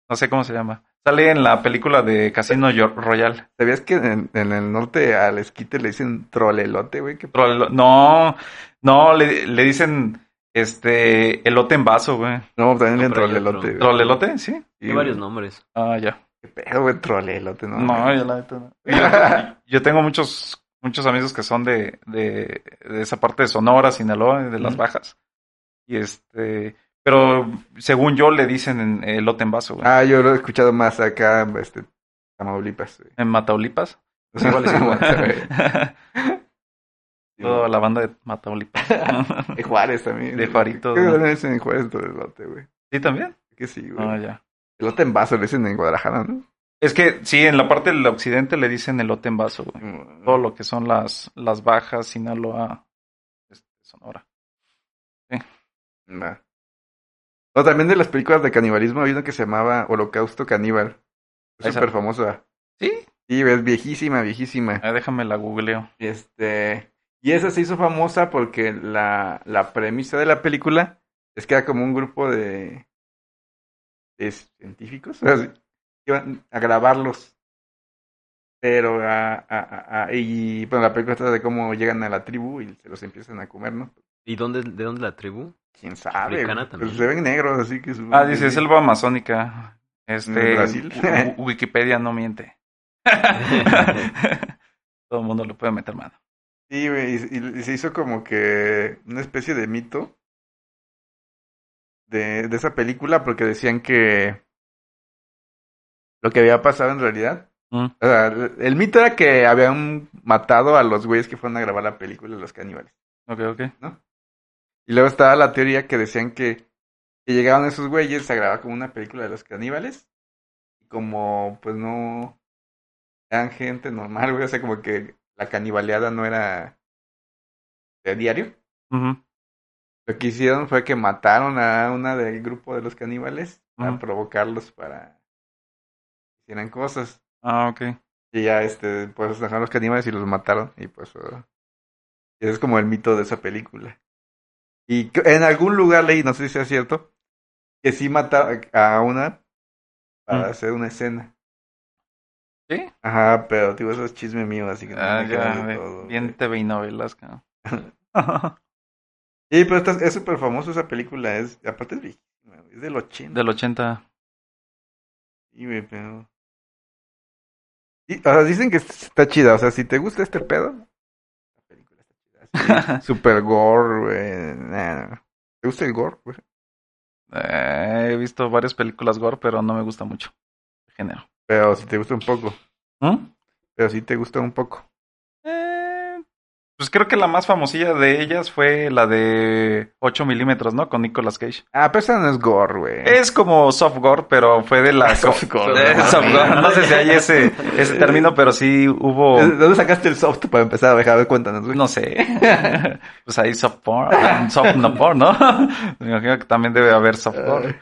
Speaker 2: no sé cómo se llama. Sale en la película de Casino Yo- Royal.
Speaker 1: ¿Sabías que en, en el norte al esquite le dicen trolelote, güey? ¿Qué pedo?
Speaker 2: Troll- No, no, le, le dicen este elote en vaso, güey.
Speaker 1: No, también le
Speaker 3: No,
Speaker 1: dicen
Speaker 3: pero hay otro.
Speaker 1: trolelote. güey.
Speaker 2: ¿Trolelote? ¿Sí?
Speaker 1: Sí,
Speaker 3: Hay
Speaker 1: güey.
Speaker 3: varios nombres.
Speaker 2: Ah, ya.
Speaker 1: ¿Qué pedo, güey? Trolelote, ¿no?
Speaker 2: No,
Speaker 1: güey.
Speaker 2: yo la neta no. Ah, Yo, yo tengo muchos, muchos amigos que son de, de, de esa parte de Sonora, Sinaloa, de las
Speaker 1: Ujú.
Speaker 2: bajas. Y este, pero según yo le dicen en elote en vaso, güey.
Speaker 1: Ah, yo lo he escuchado más acá, este, Tamaulipas, güey.
Speaker 2: En Mataulipas. Pues igual es igual. Toda la banda de Mataulipas.
Speaker 1: De Juárez también.
Speaker 2: De
Speaker 1: Creo
Speaker 2: Juarito,
Speaker 1: que
Speaker 2: ¿no?
Speaker 1: también le dicen en Juárez trolelote, güey.
Speaker 2: ¿Sí también?
Speaker 1: Que sí, güey.
Speaker 2: Ah, ya.
Speaker 1: Elote en vaso le dicen en Guadalajara, ¿no?
Speaker 2: Es que sí, en la parte del occidente le dicen elote en vaso, güey. Todo lo que son las, las bajas, Sinaloa, este, Sonora.
Speaker 1: Nah. No, también de las películas de canibalismo había una que se llamaba Holocausto Caníbal. Es
Speaker 2: Esa-
Speaker 1: súper famosa.
Speaker 2: ¿Sí?
Speaker 1: Sí, es viejísima, viejísima.
Speaker 2: Ah, déjame la googleo.
Speaker 1: Este, y esa se hizo famosa porque la, la premisa de la película es que era como un grupo de, de científicos así, que iban a grabarlos. Pero, pues, a, a- a- a- y bueno, la película trata de cómo llegan a la tribu y se los empiezan a comer, ¿no? Pues,
Speaker 3: ¿Y dónde, de dónde la tribu?
Speaker 1: ¿Quién sabe?
Speaker 3: Africana
Speaker 1: güey? Pues
Speaker 3: también.
Speaker 1: se ven negros, así que... supongo
Speaker 2: Ah,
Speaker 1: que
Speaker 2: dice
Speaker 1: sí.
Speaker 2: selva amazónica. Este,
Speaker 1: ¿En Brasil?
Speaker 2: w- Wikipedia no miente. Todo el mundo lo puede meter mano.
Speaker 1: Sí, güey, y, y- y se hizo como que una especie de mito de, de esa película porque decían que lo que había pasado en realidad,
Speaker 2: Mm.
Speaker 1: o sea, el, el mito era que habían matado a los güeyes que fueron a grabar la película, los caníbales.
Speaker 2: Ok, ok.
Speaker 1: Y luego estaba la teoría que decían que, que llegaron esos güeyes a grabar como una película de los caníbales. Y como, pues no eran gente normal, güey. O sea, como que la canibaleada no era de diario.
Speaker 2: Ujú.
Speaker 1: Lo que hicieron fue que mataron a una del grupo de los caníbales para
Speaker 2: Ujú.
Speaker 1: provocarlos para que hicieran cosas.
Speaker 2: Ah, ok.
Speaker 1: Y ya, este, pues dejaron los caníbales y los mataron. Y pues, uh, ese es como el mito de esa película. Y que- en algún lugar leí, no sé si sea cierto, que sí mataron a una para
Speaker 2: Mm.
Speaker 1: hacer una escena.
Speaker 2: ¿Sí?
Speaker 1: Ajá, pero digo, eso es chisme mío, así que no
Speaker 2: Ah,
Speaker 1: me
Speaker 2: ya,
Speaker 1: crean de
Speaker 2: ve-
Speaker 1: todo,
Speaker 2: bien
Speaker 1: güey.
Speaker 2: TV y novelas, cabrón.
Speaker 1: Sí, pero esta- es súper famoso esa película, es, aparte es viejísima, güey, es del 80.
Speaker 2: Del 80.
Speaker 1: Sí, güey, pero... Y, o sea, dicen que está chida, o sea, si te gusta este pedo, la película está chida. así. Super gore, güey. nah. ¿Te gusta el gore, güey?
Speaker 2: Eh, he visto varias películas gore, pero no me gusta mucho el género.
Speaker 1: Pero si te gusta un poco.
Speaker 2: ¿Mm?
Speaker 1: Pero si te gusta un poco.
Speaker 2: Eh, pues creo que la más famosilla de ellas fue la de 8 milímetros, ¿no? Con Nicolas Cage.
Speaker 1: Ah, pero esa no es gore, güey.
Speaker 2: Es como soft gore, pero fue de las...
Speaker 1: soft gore.
Speaker 2: Eh,
Speaker 1: no
Speaker 2: soft
Speaker 1: mames.
Speaker 2: gore. No sé si hay ese, ese término, pero sí hubo...
Speaker 1: ¿De dónde sacaste el soft para empezar? Deja, A ver, cuéntanos, güey.
Speaker 2: No sé. Pues hay soft porn, soft no porn, ¿no? Me imagino que también debe haber soft porn.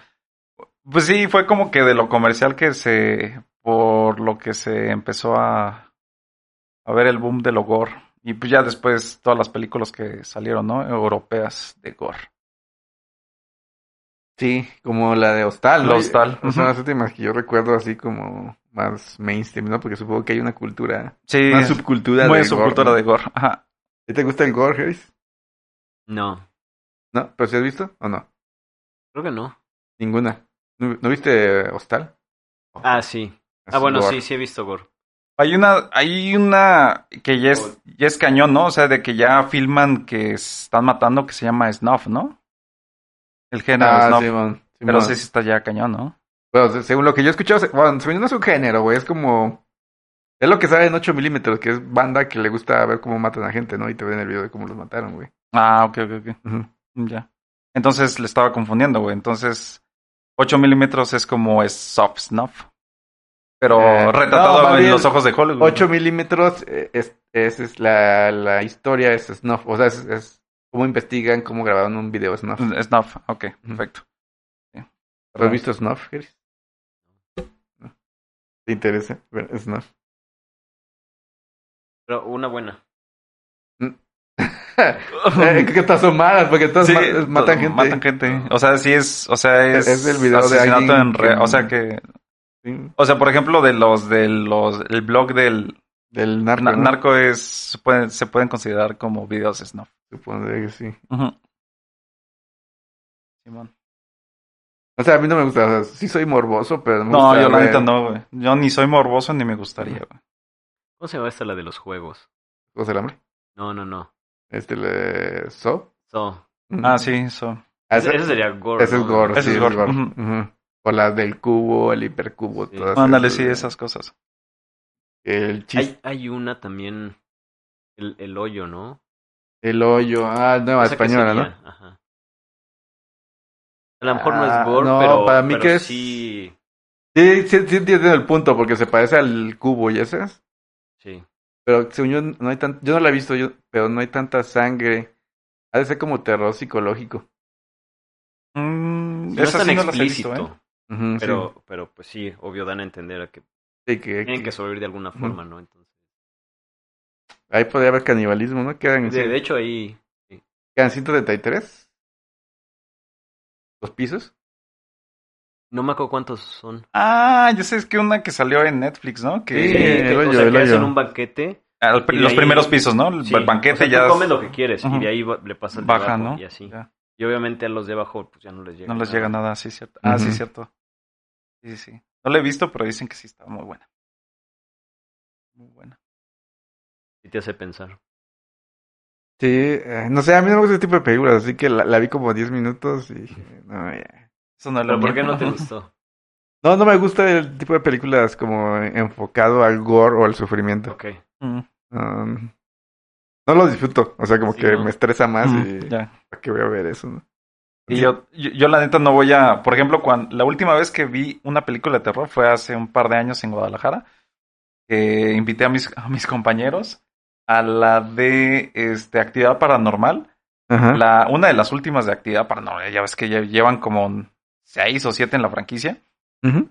Speaker 2: Pues sí, fue como que de lo comercial que se, por lo que se empezó a, a ver el boom del gore. Y pues ya después todas las películas que salieron, ¿no? Europeas de gore.
Speaker 1: Sí, como la de Hostal.
Speaker 2: La Hostal,
Speaker 1: O sea,
Speaker 2: ujú.
Speaker 1: las últimas que yo recuerdo así como más mainstream, ¿no? Porque supongo que hay una cultura,
Speaker 2: Sí,
Speaker 1: una
Speaker 2: es
Speaker 1: subcultura
Speaker 2: muy
Speaker 1: de
Speaker 2: subcultura
Speaker 1: gore,
Speaker 2: de gore. Ajá.
Speaker 1: ¿no? ¿Te gusta el gore, Harris?
Speaker 3: no,
Speaker 1: ¿No? ¿Pero si has visto o no?
Speaker 3: creo que no.
Speaker 1: Ninguna. ¿No, no viste Hostal?
Speaker 3: Ah, sí. Ah,
Speaker 1: Es
Speaker 3: bueno,
Speaker 1: gore.
Speaker 3: sí, sí he visto Gore.
Speaker 2: Hay una, hay una que ya es, ya es cañón, ¿no? O sea, de que ya filman que están matando que se llama Snuff, ¿no? El género
Speaker 1: Ah,
Speaker 2: Snuff.
Speaker 1: Simón,
Speaker 2: Pero
Speaker 1: Simón.
Speaker 2: sí, sí está ya cañón, ¿no?
Speaker 1: Bueno, se- según lo que yo he escuchado, se- bueno, según yo no es un género, güey, es como... Es lo que sale en 8 milímetros, que es banda que le gusta ver cómo matan a gente, ¿no? Y te ven el video de cómo los mataron, güey.
Speaker 2: Ah, ok, ok, ok. Mm,
Speaker 1: Ujú.
Speaker 2: Ya. Entonces le estaba confundiendo, güey. Entonces, 8 milímetros es como es soft snuff. Pero
Speaker 1: Eh, no,
Speaker 2: retratado
Speaker 1: más
Speaker 2: en
Speaker 1: bien,
Speaker 2: los ojos de Hollywood.
Speaker 1: 8 milímetros eh, es, es, es la, la historia, es snuff, o sea, es, es cómo investigan, cómo grabaron un video snuff.
Speaker 2: Snuff, ok, perfecto.
Speaker 1: ¿Tú ¿Has visto snuff, Chris? No. ¿Te interesa ver snuff?
Speaker 3: Pero una buena.
Speaker 1: Eh, creo que estás asomadas porque todas
Speaker 2: Sí,
Speaker 1: ma- eh, matan gente.
Speaker 2: Matan gente. O sea, sí es, o sea, es,
Speaker 1: Es el video de
Speaker 2: asesinato
Speaker 1: alguien
Speaker 2: en re-
Speaker 1: que-
Speaker 2: O sea que,
Speaker 1: Sí,
Speaker 2: o sea, por ejemplo, de los, de los, el blog del
Speaker 1: Del narco,
Speaker 2: na-
Speaker 1: ¿no?
Speaker 2: narco es, se pueden, se pueden considerar como videos snuff.
Speaker 1: Supondré que sí.
Speaker 2: Ujú. Simón.
Speaker 1: O sea, a mí no me gusta, o sea, sí soy morboso, pero no me
Speaker 2: No,
Speaker 1: gusta
Speaker 2: yo la
Speaker 1: ver-
Speaker 2: neta no, güey. Yo ni soy morboso ni me gustaría, güey.
Speaker 3: ¿Cómo se llama esta la de los juegos?
Speaker 1: ¿Juegos del hambre?
Speaker 3: No, no, no.
Speaker 1: Este, le... ¿So?
Speaker 3: So.
Speaker 1: Mm.
Speaker 2: Ah, sí, eso.
Speaker 1: Ah,
Speaker 3: Ese,
Speaker 1: ese-
Speaker 3: ese sería Gore.
Speaker 1: ese es
Speaker 3: ¿no?
Speaker 1: gore,
Speaker 2: Ese
Speaker 1: sí,
Speaker 2: es
Speaker 1: es
Speaker 2: gore.
Speaker 1: gore.
Speaker 2: Ujú.
Speaker 1: Ujú. O las del cubo, el hipercubo,
Speaker 3: Sí.
Speaker 1: todas
Speaker 2: Ándale,
Speaker 1: esas,
Speaker 2: sí,
Speaker 1: eh,
Speaker 2: esas cosas.
Speaker 1: El chiste,
Speaker 3: Hay, hay una también. El, el hoyo, ¿no?
Speaker 1: el hoyo, ah, nueva
Speaker 3: Esa que
Speaker 1: española, ¿no?
Speaker 3: sería, Ajá. A lo mejor no
Speaker 1: Ah,
Speaker 3: es Gore,
Speaker 1: no,
Speaker 3: pero.
Speaker 1: para mí
Speaker 3: pero
Speaker 1: que es-
Speaker 3: Sí.
Speaker 1: Sí, sí, sí entienden el punto, porque se parece al cubo, ya sabes.
Speaker 3: Sí.
Speaker 1: Pero según yo, no hay tan... yo no la he visto, yo... pero no hay tanta sangre. Ha de ser como terror psicológico.
Speaker 2: Mm,
Speaker 3: No es
Speaker 2: esas
Speaker 3: tan
Speaker 2: sí las he visto,
Speaker 3: explícito,
Speaker 2: ¿eh?
Speaker 1: Ujú, sí.
Speaker 3: pero, pero pues sí, obvio dan a entender a que
Speaker 1: Sí, que-
Speaker 3: tienen
Speaker 1: que-
Speaker 3: que sobrevivir de alguna
Speaker 1: Ujú.
Speaker 3: forma, ¿no? Entonces,
Speaker 1: Ahí podría haber canibalismo, ¿no? Quedan,
Speaker 3: de, de hecho, ahí.
Speaker 1: quedan 133. Los pisos.
Speaker 3: No me acuerdo cuántos son.
Speaker 2: Ah, yo sé, es que una que salió en Netflix, ¿no?
Speaker 1: Sí,
Speaker 2: Que
Speaker 1: el
Speaker 3: que, Eh, o
Speaker 1: hoyo,
Speaker 3: sea,
Speaker 1: el
Speaker 3: que hacen
Speaker 1: hoyo.
Speaker 3: un banquete
Speaker 2: Ah, los-
Speaker 3: Y de
Speaker 2: los
Speaker 3: ahí-
Speaker 2: primeros pisos, ¿no? El,
Speaker 3: Sí,
Speaker 2: el banquete
Speaker 3: o sea,
Speaker 2: ya
Speaker 3: Tú
Speaker 2: es-
Speaker 3: comes lo que quieres
Speaker 2: Ujú.
Speaker 3: y de ahí va- le pasas el
Speaker 2: baja,
Speaker 3: bajo
Speaker 2: ¿no?
Speaker 3: Y así.
Speaker 2: Ya.
Speaker 3: Y obviamente a los de abajo pues ya no les llega.
Speaker 2: No les
Speaker 3: nada.
Speaker 2: llega nada, sí, cierto. Ah, sí,
Speaker 1: Ujú.
Speaker 2: cierto. Sí, sí, sí. No la he visto, pero dicen que sí estaba muy buena. Muy buena.
Speaker 3: Y te hace pensar.
Speaker 1: Sí, eh, no sé, a mí no me gusta ese tipo de películas, así que la, la vi como 10 minutos y dije, no, ya.
Speaker 2: Eso no es
Speaker 3: Pero
Speaker 2: lo
Speaker 3: ¿por qué
Speaker 2: mío.
Speaker 3: no te gustó?
Speaker 1: No, no me gusta el tipo de películas como enfocado al gore o al sufrimiento.
Speaker 3: Ok.
Speaker 2: Mm,
Speaker 1: Um, no lo disfruto, o sea, como
Speaker 3: Sí,
Speaker 1: que
Speaker 3: no.
Speaker 1: me estresa
Speaker 3: Ah,
Speaker 1: más
Speaker 2: mm,
Speaker 1: y
Speaker 2: ya.
Speaker 1: ¿para qué voy a ver eso? no?
Speaker 2: Y yo, yo, yo la neta no voy a, por ejemplo, cuando la última vez que vi una película de terror fue hace un par de años en Guadalajara, que invité a mis, a mis compañeros a la de este actividad paranormal,
Speaker 1: Ajá.
Speaker 2: la, una de las últimas de actividad paranormal, ya ves que ya llevan como seis o siete en la franquicia,
Speaker 1: Ujú.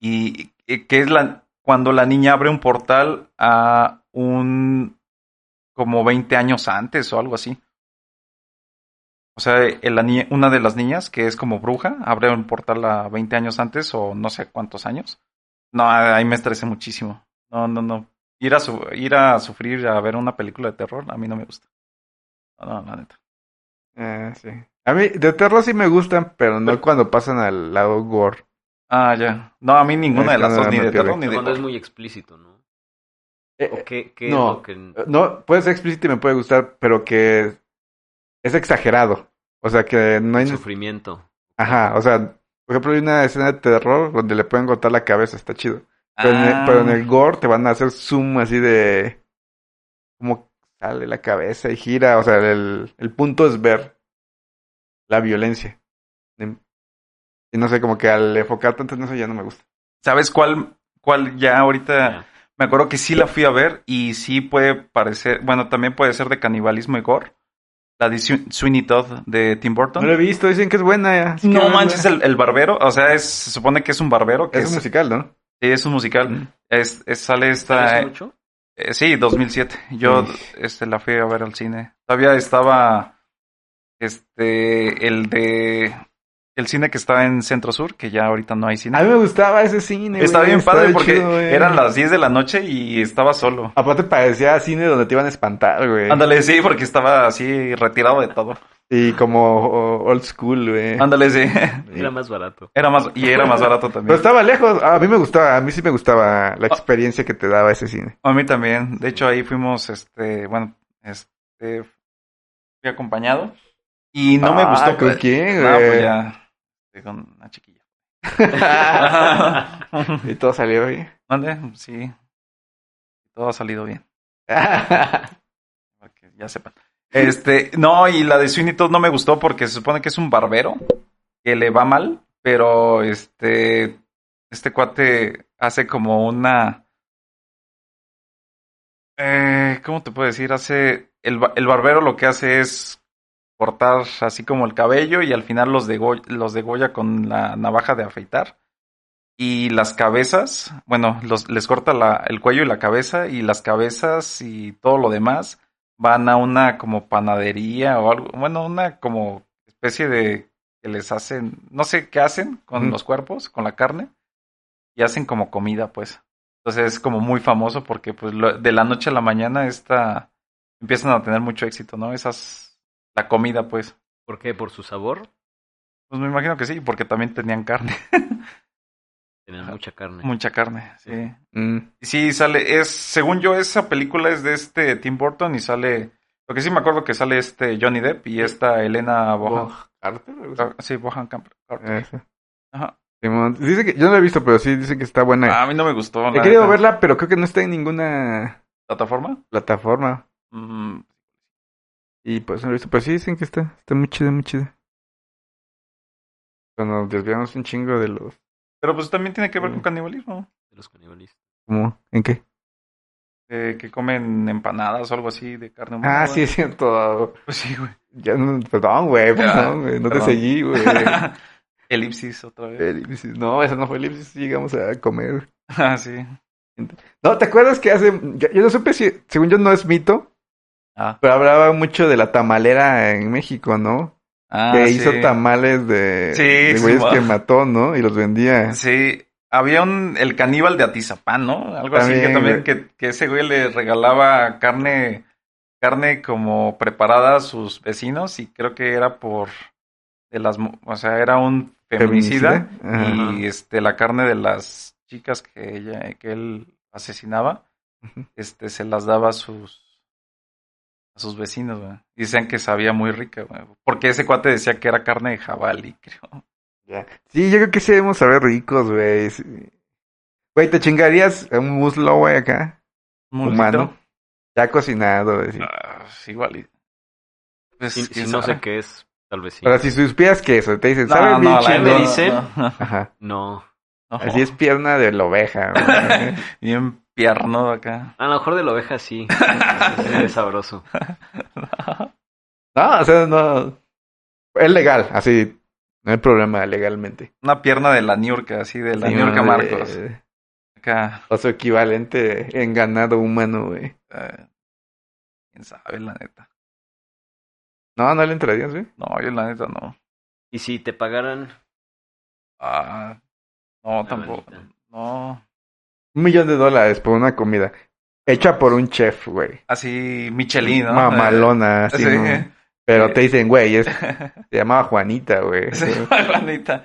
Speaker 2: y eh, que es la cuando la niña abre un portal a un como 20 años antes o algo así. O sea, eh, la niña- una de las niñas que es como bruja abre un portal a 20 años antes o no sé cuántos años. No, ahí me estresé muchísimo. No, no, no. Ir a, su- ir a sufrir a ver una película de terror a mí no me gusta. No, no, la neta.
Speaker 1: Ah, sí. A mí de terror sí me gustan, pero no cuando pasan al lado gore.
Speaker 2: Ah, ya. No, a mí ninguna de
Speaker 1: Es
Speaker 2: las
Speaker 1: cuando
Speaker 2: dos, ni
Speaker 1: me
Speaker 2: de
Speaker 1: pierde.
Speaker 2: terror ni de...
Speaker 3: Cuando es
Speaker 2: horror.
Speaker 3: muy explícito, ¿no?
Speaker 1: Eh,
Speaker 3: ¿O qué, qué
Speaker 1: no.
Speaker 3: es lo que...
Speaker 1: eh, no, puede ser explícito y me puede gustar, pero que es exagerado. O sea, que no hay...
Speaker 3: el sufrimiento.
Speaker 1: Ajá, o sea, por ejemplo, hay una escena de terror donde le pueden cortar la cabeza, está chido. Pero, en el, pero en
Speaker 2: Ah.
Speaker 1: el gore te van a hacer zoom así de cómo sale la cabeza y gira. O sea, el, el punto es ver la violencia. Em, Y no sé, como que al enfocar tanto en eso ya no me gusta.
Speaker 2: ¿Sabes cuál, cuál ya ahorita
Speaker 3: Ya.
Speaker 2: me acuerdo que sí la fui a ver y sí puede parecer, bueno, también puede ser de canibalismo y gore. La de Swe- Sweeney Todd de Tim
Speaker 1: No lo he
Speaker 2: Burton.
Speaker 1: visto, dicen que es buena. así que
Speaker 2: No
Speaker 1: verla.
Speaker 2: manches, el, el barbero, o sea, es- se supone que es un barbero, que
Speaker 1: Es
Speaker 2: es,
Speaker 1: un musical, ¿no?
Speaker 2: sí, es un musical.
Speaker 1: Mm.
Speaker 2: Es, es- sale esta,
Speaker 3: ¿Sabes
Speaker 2: eh,
Speaker 3: mucho?
Speaker 2: eh, sí, 2007. Yo
Speaker 1: Sí.
Speaker 2: este, la fui a ver al cine. Todavía estaba, este, el de, el cine que está en Centro Sur, que ya ahorita no hay cine.
Speaker 1: A mí me gustaba ese cine.
Speaker 2: Está
Speaker 1: güey,
Speaker 2: bien padre porque
Speaker 1: chido, güey.
Speaker 2: eran las 10 de la noche y estaba solo.
Speaker 1: Aparte parecía cine donde te iban a espantar, güey.
Speaker 2: Ándale, sí, porque estaba así retirado de todo.
Speaker 1: Y como o- old school, güey.
Speaker 2: Ándale, sí.
Speaker 1: Sí.
Speaker 3: Era más barato.
Speaker 2: Era más, y era más barato
Speaker 1: Pero
Speaker 2: también.
Speaker 1: estaba lejos. A mí me gustaba, a mí sí me gustaba
Speaker 2: Ah.
Speaker 1: la experiencia que te daba ese cine.
Speaker 2: A mí también. De hecho, ahí fuimos, este, bueno, este, fui acompañado. Y no me
Speaker 1: Ah,
Speaker 2: gustó.
Speaker 1: ¿Con
Speaker 2: pues.
Speaker 1: quién,
Speaker 2: No, pues
Speaker 1: güey?
Speaker 2: ya. Fui Con una chiquilla.
Speaker 1: y todo salió bien.
Speaker 2: ¿Mande? Sí. Todo ha salido bien. para que ya sepan. Este, no, y la de Sweeney Todd no me gustó porque se supone que es un barbero que le va mal, pero este, este cuate hace como una, eh, ¿cómo te puedo decir? Hace, el, ba- el barbero lo que hace es cortar así como el cabello y al final los degolla, los degolla con la navaja de afeitar. Y las cabezas, bueno, los, les corta la- el cuello y la cabeza y las cabezas y todo lo demás van a una como panadería o algo, bueno, una como especie de que les hacen, no sé qué hacen con
Speaker 1: Ujú.
Speaker 2: los cuerpos, con la carne, y hacen como comida, pues. Entonces es como muy famoso porque pues lo- de la noche a la mañana esta empiezan a tener mucho éxito, ¿no? Esas la comida, pues.
Speaker 3: ¿Por qué? ¿Por su sabor?
Speaker 2: Pues me imagino que sí, porque también tenían carne,
Speaker 3: Tenían mucha carne.
Speaker 2: mucha carne, sí.
Speaker 1: Mm.
Speaker 2: Y Sí, sale, es, según yo, esa película es de este Tim Burton y sale, lo que sí me acuerdo que sale este Johnny Depp y esta Elena Bohan.
Speaker 1: Bo- Carter, algo así.
Speaker 2: Ah, Sí, Bohan Camp- Carter.
Speaker 1: Eso.
Speaker 2: Ajá.
Speaker 1: Ah, Simón. Dice que, yo no la he visto, pero sí dicen que está buena.
Speaker 2: Ah, a mí no me gustó.
Speaker 1: He
Speaker 2: la
Speaker 1: querido
Speaker 2: neta.
Speaker 1: verla, pero creo que no está en ninguna
Speaker 2: ¿Plataforma?
Speaker 1: plataforma.
Speaker 2: Mm,
Speaker 1: Y pues no la he visto, pero sí dicen que está, está muy chida, muy chida. Cuando nos desviamos un chingo de los...
Speaker 2: pero pues también tiene que ver
Speaker 1: Sí.
Speaker 2: con canibalismo.
Speaker 3: De los canibalistas.
Speaker 1: ¿Cómo? ¿En qué?
Speaker 2: Eh, que comen empanadas o algo así de carne humana.
Speaker 1: Ah, sí, es cierto.
Speaker 2: Pues sí, güey.
Speaker 1: Ya no, perdón, güey, perdón, güey. No te
Speaker 2: perdón.
Speaker 1: seguí, güey.
Speaker 2: Elipsis otra vez.
Speaker 1: Elipsis. No, esa no fue elipsis. Llegamos a comer.
Speaker 2: Ah, sí.
Speaker 1: No, ¿te acuerdas que hace... Yo, yo no supe si... Según yo no es mito,
Speaker 2: Ah,
Speaker 1: pero hablaba mucho de la tamalera en México, ¿no?
Speaker 2: Ah,
Speaker 1: que
Speaker 2: sí.
Speaker 1: hizo tamales de...
Speaker 2: Sí,
Speaker 1: de güeyes
Speaker 2: Simón.
Speaker 1: que mató, ¿no? Y los vendía.
Speaker 2: Sí, Había un, el caníbal de Atizapán, ¿no? Algo así que
Speaker 1: También,
Speaker 2: también,
Speaker 1: güey.
Speaker 2: que, que ese güey le regalaba carne, carne como preparada a sus vecinos y creo que era por, de las, mu- o sea, era un feminicida,
Speaker 1: Feminicida,
Speaker 2: y este, la carne de las chicas que ella, que él asesinaba,
Speaker 1: Ujú.
Speaker 2: este, se las daba a sus, a sus vecinos, güey. Y Decían que sabía muy rica, güey. Porque ese cuate decía que era carne de jabalí, creo.
Speaker 1: Sí, yo creo que sí debemos saber ricos, güey. sí. Güey, ¿te chingarías un muslo, güey, acá?
Speaker 2: Un
Speaker 1: Humano.
Speaker 2: musito.
Speaker 1: Ya cocinado, güey. sí.
Speaker 2: Ah, sí, igual. y- Pues,
Speaker 3: Si,
Speaker 2: quién
Speaker 3: si no sé
Speaker 2: sabe.
Speaker 3: qué es, tal vez sí.
Speaker 1: Ahora, si supieras que eso, te dicen,
Speaker 2: No,
Speaker 1: ¿sabes
Speaker 2: no,
Speaker 1: bien
Speaker 2: la
Speaker 1: chingón?
Speaker 2: neta,
Speaker 3: me dicen.
Speaker 2: no, no,
Speaker 1: Ajá.
Speaker 3: No.
Speaker 2: no.
Speaker 1: Así es pierna de la oveja, güey.
Speaker 2: Bien pierno acá.
Speaker 3: A lo mejor de la oveja sí. Sí, es sabroso.
Speaker 1: No, o sea, no. Es legal, así. No hay problema legalmente.
Speaker 2: Una pierna de la Niurka, así de la
Speaker 1: Sí,
Speaker 2: Niurka
Speaker 1: no,
Speaker 2: Marcos.
Speaker 1: de-
Speaker 2: Acá.
Speaker 1: o su equivalente en ganado humano, güey.
Speaker 2: eh, quién sabe, la neta.
Speaker 1: No, no le entrarías, güey.
Speaker 2: No, yo la neta no.
Speaker 3: Y si te pagaran
Speaker 2: Ah, no,
Speaker 3: La
Speaker 2: tampoco.
Speaker 3: manita.
Speaker 2: No.
Speaker 1: Un millón de dólares por una comida. Hecha por un chef, güey.
Speaker 2: Así, Michelin, ¿no?
Speaker 1: Mamalona,
Speaker 2: Eh,
Speaker 1: así.
Speaker 2: sí.
Speaker 1: ¿no? Pero te dicen, güey, es- se llamaba Juanita, güey.
Speaker 2: Sí, la neta.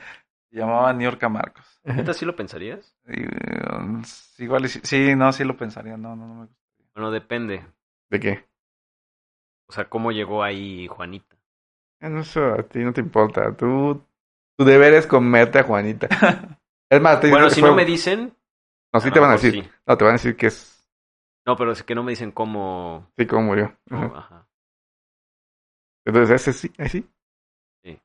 Speaker 2: Se llamaba Niurka Marcos.
Speaker 3: ¿Neta sí lo pensarías?
Speaker 2: Y, eh, igual, y sí- sí, no, sí lo pensaría. No, no, no me
Speaker 3: Bueno, depende.
Speaker 1: ¿De "Eh, qué?
Speaker 3: O sea, ¿cómo llegó ahí Juanita?
Speaker 1: Ah, No, eso a ti no te importa. Tú, tu deber es comerte a Juanita. Es más, te dicen
Speaker 3: Bueno,
Speaker 1: que
Speaker 3: si
Speaker 1: fue-
Speaker 3: no me dicen...
Speaker 1: No, sí
Speaker 3: lo
Speaker 1: te van a
Speaker 3: mejor
Speaker 1: decir.
Speaker 3: pues sí.
Speaker 1: No, te van a decir que es...
Speaker 3: No, pero es que no me dicen cómo...
Speaker 1: Sí, cómo murió. Ajá.
Speaker 3: cómo, ajá.
Speaker 1: Entonces, ese sí, así.
Speaker 3: Sí.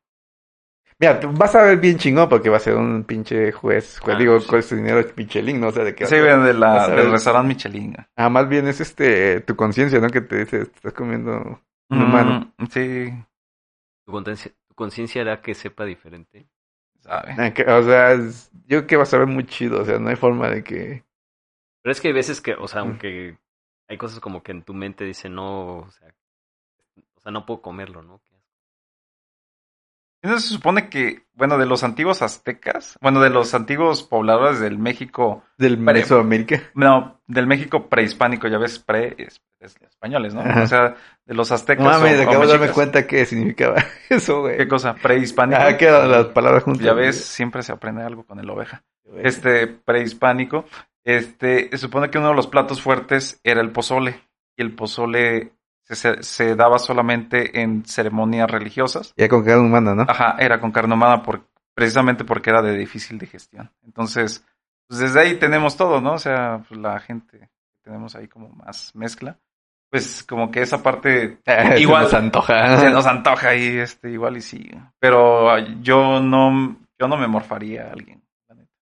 Speaker 1: Mira, tú vas a ver bien chingón porque va a ser un pinche juez, juez
Speaker 3: Ah,
Speaker 1: digo,
Speaker 3: sí.
Speaker 1: juez dinero es Michelin, no sé de qué.
Speaker 2: pues Sí, güey, de la-
Speaker 1: Vas a
Speaker 2: del
Speaker 1: ver.
Speaker 2: restaurante Michelin. güey.
Speaker 1: Ah, más bien es este, tu conciencia, ¿no? Que te dice, "Te estás comiendo un humano.
Speaker 2: Mm, sí,
Speaker 3: ¿Tu conciencia- tu conciencia hará que sepa diferente?
Speaker 2: sabe.
Speaker 1: Ah, que- O sea, es- yo creo que va a saber muy chido, o sea, no hay forma de que...
Speaker 3: Pero es que hay veces que, o sea,
Speaker 1: Mm.
Speaker 3: aunque hay cosas como que en tu mente dice no, o sea, o sea, no puedo comerlo, ¿no?
Speaker 2: Entonces se supone que, bueno, de los antiguos aztecas, bueno, de los antiguos pobladores del México,
Speaker 1: Del
Speaker 2: Pare-
Speaker 1: Mesoamérica.
Speaker 2: no, del México prehispánico, ya ves, pre es- es- españoles, ¿no?
Speaker 1: Ajá.
Speaker 2: O sea, de los aztecas.
Speaker 1: No mames,
Speaker 2: o- o
Speaker 1: acabo de darme
Speaker 2: mexicas.
Speaker 1: cuenta qué significaba eso,
Speaker 2: ¿Qué
Speaker 1: güey.
Speaker 2: cosa? Prehispánico. Pues
Speaker 1: Ah, quedan las palabras juntas.
Speaker 2: ya ves, siempre se aprende algo con el oveja.
Speaker 1: güey.
Speaker 2: Este prehispánico, este, se supone que uno de los platos fuertes era el pozole. Y el pozole se- se- se daba solamente en ceremonias religiosas.
Speaker 1: Ya con cada humano, ¿no?
Speaker 2: Ajá, era con carne humana por, precisamente porque era de difícil digestión. Entonces, pues desde ahí tenemos todo, ¿no? O sea, pues la gente que tenemos ahí como más mezcla. Pues como que esa parte Ah, Igual.
Speaker 1: Se nos antoja.
Speaker 2: se nos antoja y este, igual y sí. Pero ah, yo no, yo no me morfaría a alguien. La neta,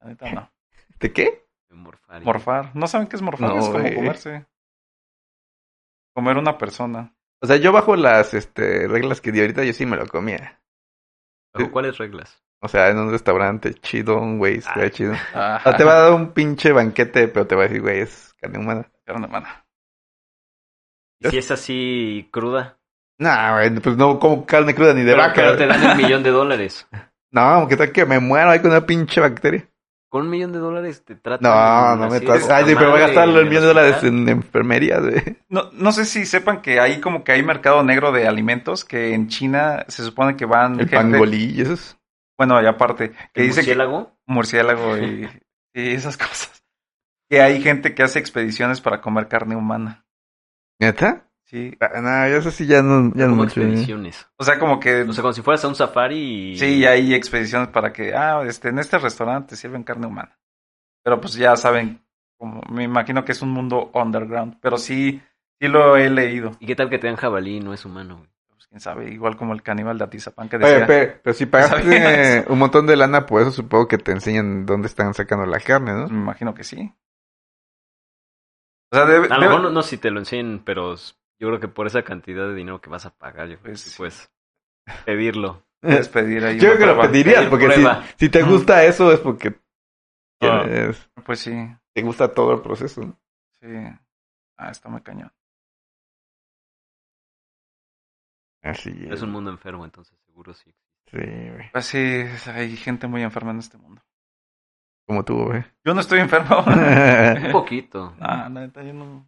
Speaker 2: La neta no.
Speaker 1: ¿De qué?
Speaker 3: Me morfaría.
Speaker 2: Morfar. ¿No saben qué es morfar?
Speaker 1: No,
Speaker 2: es como
Speaker 1: güey.
Speaker 2: comerse. Comer una persona.
Speaker 1: O sea, yo bajo las este, reglas que di ahorita, yo sí me lo comía.
Speaker 3: ¿Bajo cuáles reglas?
Speaker 1: O sea, en un restaurante chido, un güey, está
Speaker 3: Ah.
Speaker 1: chido. O
Speaker 2: Ajá,
Speaker 1: sea, Ah, te va a dar un pinche banquete, pero te va a decir, güey, es carne humana.
Speaker 2: carne humana.
Speaker 3: ¿Y si es así cruda?
Speaker 1: No, güey, pues no como carne cruda ni de
Speaker 3: Pero,
Speaker 1: vaca.
Speaker 3: pero te
Speaker 1: güey.
Speaker 3: dan un millón de dólares.
Speaker 1: No, que tal que me muero ahí con una pinche bacteria.
Speaker 3: Con un millón de dólares te tratan.
Speaker 1: No, no me
Speaker 3: Ah, así de
Speaker 1: traes.
Speaker 3: poca
Speaker 1: Ay, sí, pero voy a
Speaker 3: madre
Speaker 1: gastar los
Speaker 3: en
Speaker 1: millones de
Speaker 3: el
Speaker 1: dólares
Speaker 3: hospital.
Speaker 1: en enfermería, güey.
Speaker 2: No, no sé si sepan que hay como que hay mercado negro de alimentos que en China se supone que van
Speaker 1: El pangolí y esos.
Speaker 2: bueno, y aparte, que
Speaker 3: ¿El
Speaker 2: dice que
Speaker 3: murciélago?
Speaker 2: murciélago y, y esas cosas. Que hay gente que hace expediciones para comer carne humana.
Speaker 1: ¿Neta?
Speaker 2: Sí.
Speaker 1: Ah, No, yo eso sí ya no, ya no
Speaker 3: Como
Speaker 1: mucho. güey.
Speaker 3: expediciones.
Speaker 2: O sea, como que
Speaker 3: O sea, como si fueras a un safari y...
Speaker 2: sí, hay expediciones para que, ah, este, en este restaurante sirven carne humana. Pero pues ya saben, como, me imagino que es un mundo underground. Pero sí, sí lo he leído.
Speaker 3: ¿Y qué tal que te dan jabalí y no es humano? güey?
Speaker 2: Pues, quién sabe, igual como el caníbal de Atizapán que decía.
Speaker 1: Oye, pero, pero si pagaste
Speaker 2: ¿Sabías?
Speaker 1: eh, un montón de lana, por eso supongo que te enseñan dónde están sacando la carne, ¿no?
Speaker 2: Pues me imagino que sí. O sea, debe,
Speaker 3: A lo
Speaker 2: debe-
Speaker 3: mejor no, no si te lo enseñen, pero s- yo creo que por esa cantidad de dinero que vas a pagar, yo creo que
Speaker 2: Pues
Speaker 3: sí
Speaker 2: sí.
Speaker 3: puedes pedirlo.
Speaker 2: debes pedir ahí
Speaker 1: Yo creo
Speaker 2: una
Speaker 1: que lo
Speaker 2: prueba.
Speaker 1: pedirías,
Speaker 3: pedir
Speaker 1: porque si,
Speaker 3: prueba.
Speaker 1: si te
Speaker 2: Ujú.
Speaker 1: gusta eso es porque
Speaker 2: Ah.
Speaker 1: quieres-
Speaker 2: Pues sí,
Speaker 1: te gusta todo el proceso. ¿no?
Speaker 2: sí. Ah, está muy cañón.
Speaker 1: Así
Speaker 3: Es un mundo enfermo, entonces seguro sí.
Speaker 1: Sí, güey.
Speaker 2: Pues sí, hay gente muy enferma en este mundo.
Speaker 1: Como tú, güey.
Speaker 2: Yo no estoy enfermo.
Speaker 3: Un poquito.
Speaker 2: Ah, la neta, yo no.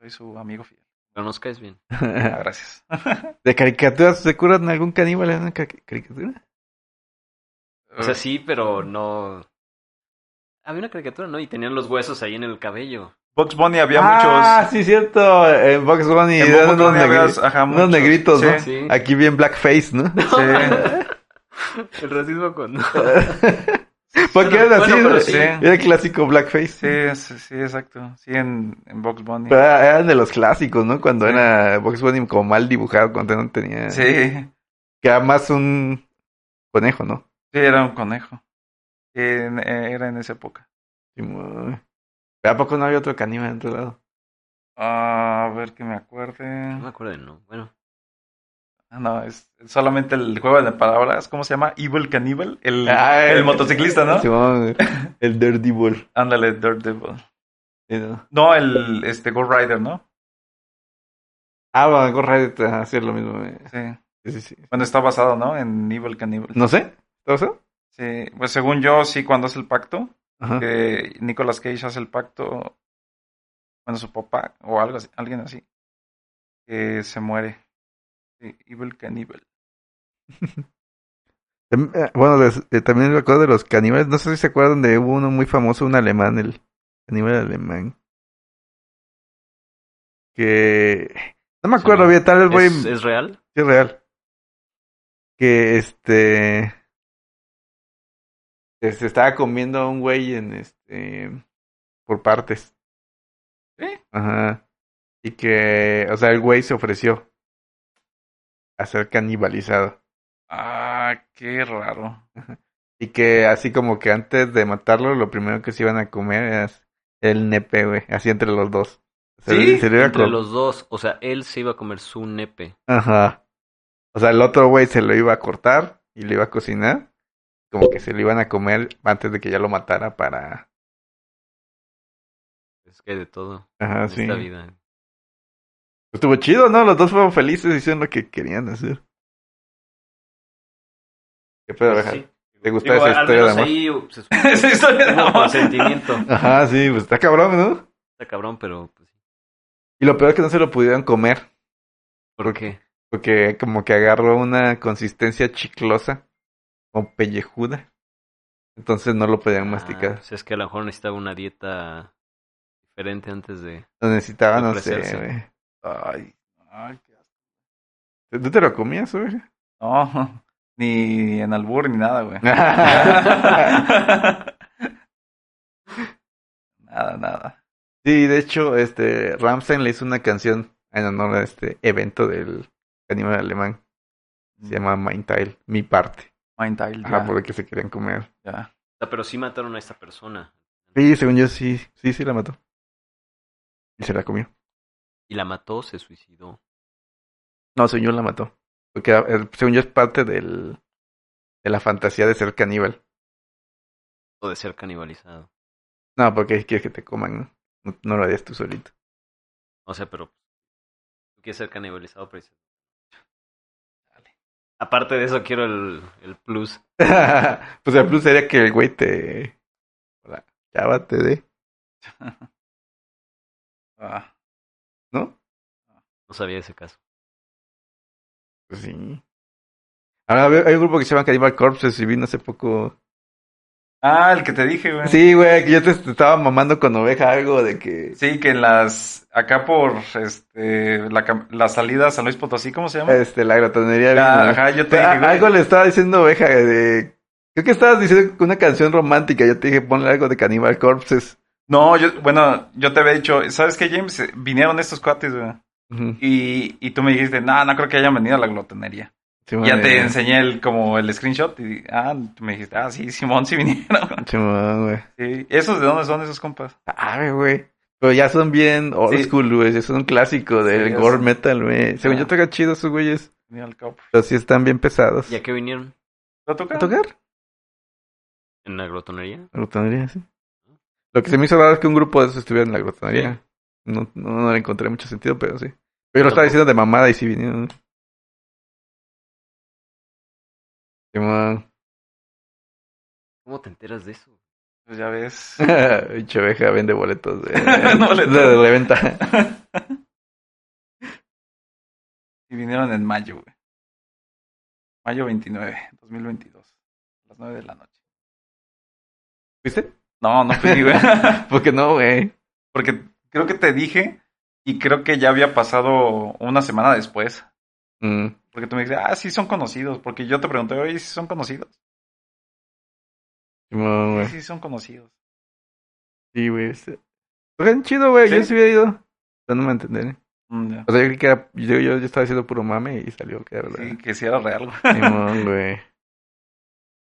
Speaker 2: Soy su amigo fiel.
Speaker 3: Pero nos caes bien.
Speaker 2: Ah, gracias.
Speaker 1: ¿De caricaturas se curan algún caníbal en una ca- caricatura?
Speaker 3: O
Speaker 1: Ah.
Speaker 3: sea, sí, pero no. Había una caricatura, ¿no? Y tenían los huesos ahí en el cabello.
Speaker 2: Box Bunny había
Speaker 1: ah,
Speaker 2: muchos.
Speaker 1: sí, cierto. En Box Bunny.
Speaker 2: En
Speaker 1: eran
Speaker 2: Box
Speaker 1: unos,
Speaker 2: Bunny había,
Speaker 1: negri-
Speaker 2: ajá,
Speaker 1: unos
Speaker 2: muchos.
Speaker 1: negritos,
Speaker 2: Sí,
Speaker 1: ¿no?
Speaker 3: Sí.
Speaker 1: Aquí bien blackface, ¿no?
Speaker 2: Sí.
Speaker 3: El racismo con.
Speaker 1: Porque
Speaker 3: Bueno,
Speaker 1: era así,
Speaker 3: bueno, pero
Speaker 1: güey.
Speaker 2: sí.
Speaker 1: era el clásico blackface.
Speaker 2: Sí, es- sí, exacto. Sí, en, en Box Bunny.
Speaker 1: Pero era- eran de los clásicos, ¿no? Cuando
Speaker 2: Sí.
Speaker 1: era Box Bunny como mal dibujado, cuando no tenía...
Speaker 2: Sí,
Speaker 1: Que era más un conejo, ¿no?
Speaker 2: sí, era un conejo. Sí, en- eh, era en esa época.
Speaker 1: Simón. Pero ¿A poco no había otro caníbal en otro lado?
Speaker 2: Ah, a ver que me acuerde.
Speaker 3: No me acuerdo de no. Bueno,
Speaker 2: Ah, No, es solamente el juego de palabras. ¿Cómo se llama? Evil Cannibal. El,
Speaker 1: Ah,
Speaker 2: el
Speaker 1: el-
Speaker 2: motociclista, ¿no?
Speaker 1: Simón, el Dirty Bull.
Speaker 2: Ándale, Daredevil.
Speaker 1: Sí, ¿no?
Speaker 2: No, el este, Go Rider, ¿no?
Speaker 1: Ah, bueno, Ghost Rider hacía lo mismo. güey.
Speaker 2: Sí.
Speaker 1: Sí, sí, sí.
Speaker 2: Bueno, está basado, ¿no? En Evil Cannibal.
Speaker 1: No sé. ¿Todo eso?
Speaker 2: Sí, pues según yo, sí, cuando hace el pacto,
Speaker 1: Ajá.
Speaker 2: que Nicolas Cage hace el pacto, bueno, su papá o algo así, alguien así, que se muere. Sí, Evil Cannibal.
Speaker 1: Tam- eh, Bueno, des- eh, también me acuerdo de los caníbales. No sé si se acuerdan de hubo uno muy famoso, un alemán, el caníbal alemán. Que. No me
Speaker 3: Sí,
Speaker 1: acuerdo
Speaker 3: no.
Speaker 1: bien, tal vez voy.
Speaker 3: ¿es, es real?
Speaker 1: Sí, es real. Que este. que Se estaba comiendo a un güey en este. Por partes.
Speaker 2: ¿Eh?
Speaker 1: Ajá. Y que. O sea, el güey se ofreció a ser canibalizado.
Speaker 2: Ah, qué raro.
Speaker 1: Y que así como que antes de matarlo, lo primero que se iban a comer era el nepe, güey. Así entre los dos. Se
Speaker 2: ¿Sí?
Speaker 1: le- se le iba a
Speaker 3: Entre
Speaker 1: com-
Speaker 3: los dos. O sea, él se iba a comer su nepe.
Speaker 1: Ajá. O sea, el otro güey se lo iba a cortar y lo iba a cocinar. Como que se lo iban a comer antes de que ya lo matara para...
Speaker 3: Es que hay de todo.
Speaker 1: Ajá,
Speaker 3: en
Speaker 1: Ah, sí.
Speaker 3: esta vida.
Speaker 1: Estuvo chido, ¿no? Los dos fueron felices, hicieron lo que querían hacer. ¿Qué pedo,
Speaker 3: Pues
Speaker 1: abeja?
Speaker 3: sí.
Speaker 1: ¿Te gustó
Speaker 3: Digo,
Speaker 1: esa
Speaker 3: al
Speaker 1: historia de
Speaker 3: menos
Speaker 1: amor?
Speaker 3: ahí uh, se supone
Speaker 2: Esa historia de
Speaker 3: que hubo
Speaker 2: amor.
Speaker 3: consentimiento.
Speaker 1: Ajá, sí, pues está cabrón, ¿no?
Speaker 3: Está cabrón, pero. Pues,
Speaker 1: Y lo peor es que no se lo pudieron comer.
Speaker 3: ¿Por qué?
Speaker 1: Porque como que agarró una consistencia chiclosa o pellejuda. Entonces no lo podían masticar.
Speaker 3: Ah, pues es que a lo mejor necesitaba una dieta diferente antes de.
Speaker 1: Lo necesitaban, no sé,
Speaker 3: Ofrecerse.
Speaker 1: güey.
Speaker 2: Ay, ay, qué asco.
Speaker 1: ¿Tú te lo comías, güey?
Speaker 2: No, ni en albur ni nada, güey. nada, nada.
Speaker 1: sí, de hecho, este, Ramstein le hizo una canción en honor a este evento del anime alemán. Se llama Mindtile, mi parte.
Speaker 2: Mindtile, ya,
Speaker 1: Ajá, por lo que se querían comer.
Speaker 2: ya.
Speaker 3: O sea, pero sí mataron a esta persona.
Speaker 1: Sí, según yo, sí, sí, sí la mató. Y se la comió.
Speaker 3: Y la mató, se suicidó.
Speaker 1: No, según yo la mató. Porque eh, según yo es parte del, de la fantasía de ser caníbal.
Speaker 3: O de ser canibalizado.
Speaker 1: No, porque quieres que te coman, ¿no? No, no lo harías tú solito.
Speaker 3: O sea, pero. Tú quieres ser canibalizado, pero dices, Aparte de eso, quiero el, el plus.
Speaker 1: pues el plus sería que el güey te... La chava te dé,
Speaker 2: Ah,
Speaker 1: ¿no?
Speaker 3: No sabía ese caso.
Speaker 1: Pues sí. Ahora hay- hay un grupo que se llama Cannibal Corpses y vino hace poco...
Speaker 2: Ah, el que te dije, güey.
Speaker 1: Sí, güey, que yo te, te estaba mamando con oveja algo de que...
Speaker 2: Sí, que en las. Acá por este, la, cam- la salida a San Luis Potosí, ¿cómo se llama?
Speaker 1: Este, la gratonería vino.
Speaker 2: La- Ah, ajá, yo te
Speaker 1: Pero,
Speaker 2: dije,
Speaker 1: ah,
Speaker 2: güey.
Speaker 1: algo le estaba diciendo oveja de... Creo que estabas diciendo una canción romántica. Yo te dije, ponle algo de Cannibal Corpses.
Speaker 2: No, yo, bueno, yo te había dicho, ¿sabes qué, James? Eh, Vinieron estos cuates, güey.
Speaker 1: Ujú.
Speaker 2: Y, y tú me dijiste, no, no creo que hayan venido a la glotonería.
Speaker 1: Simón,
Speaker 2: ya te
Speaker 1: eh,
Speaker 2: enseñé el, como el screenshot y ah, tú me dijiste, ah, sí, Simón, sí vinieron.
Speaker 1: Simón, güey.
Speaker 2: Sí. ¿Esos de dónde son esos compas?
Speaker 1: Ah, güey. Pero ya son bien old
Speaker 2: Sí.
Speaker 1: school, güey. Ya son un clásico del
Speaker 2: ya
Speaker 1: gore
Speaker 2: son.
Speaker 1: metal, güey. Según
Speaker 2: Ah.
Speaker 1: yo tocan chido esos güeyes.
Speaker 2: Mira el cop.
Speaker 1: Pero sí están bien pesados.
Speaker 3: ¿Ya que vinieron?
Speaker 2: pues, ¿Lo toca?
Speaker 1: ¿A tocar?
Speaker 3: ¿En la glotonería?
Speaker 1: La glotonería, sí. Lo que se me hizo raro es que un grupo de esos estuviera en la glotonería.
Speaker 3: Sí.
Speaker 1: No, no, no le encontré mucho sentido, pero sí. Pero yo lo
Speaker 3: Tampoco.
Speaker 1: estaba diciendo de mamada y sí vinieron. Simón.
Speaker 3: ¿Cómo te enteras de eso?
Speaker 2: Pues ya ves.
Speaker 1: Pinche oveja vende boletos de,
Speaker 2: Boletos.
Speaker 1: de reventa.
Speaker 2: y vinieron en mayo, güey. Mayo 29, 2022. A las 9 de la noche.
Speaker 1: ¿Viste?
Speaker 2: No, no fui, güey.
Speaker 1: Porque no, güey.
Speaker 2: Porque creo que te dije y creo que ya había pasado una semana después.
Speaker 1: Mm.
Speaker 2: Porque tú me dijiste, ah, sí son conocidos. Porque yo te pregunté, oye, ¿sí son conocidos?
Speaker 1: Simón,
Speaker 2: Sí,
Speaker 1: güey.
Speaker 2: sí son conocidos.
Speaker 1: Sí, güey. este- Oigan, chido, güey. Yo
Speaker 2: Sí.
Speaker 1: sí hubiera ido. O sea, no me entendí.
Speaker 2: Mm, ya.
Speaker 1: O sea, yo creí que era. Yo, yo, yo estaba haciendo puro mame y salió que era
Speaker 2: Sí,
Speaker 1: verdad.
Speaker 2: que sí era real, güey.
Speaker 1: Simón, güey.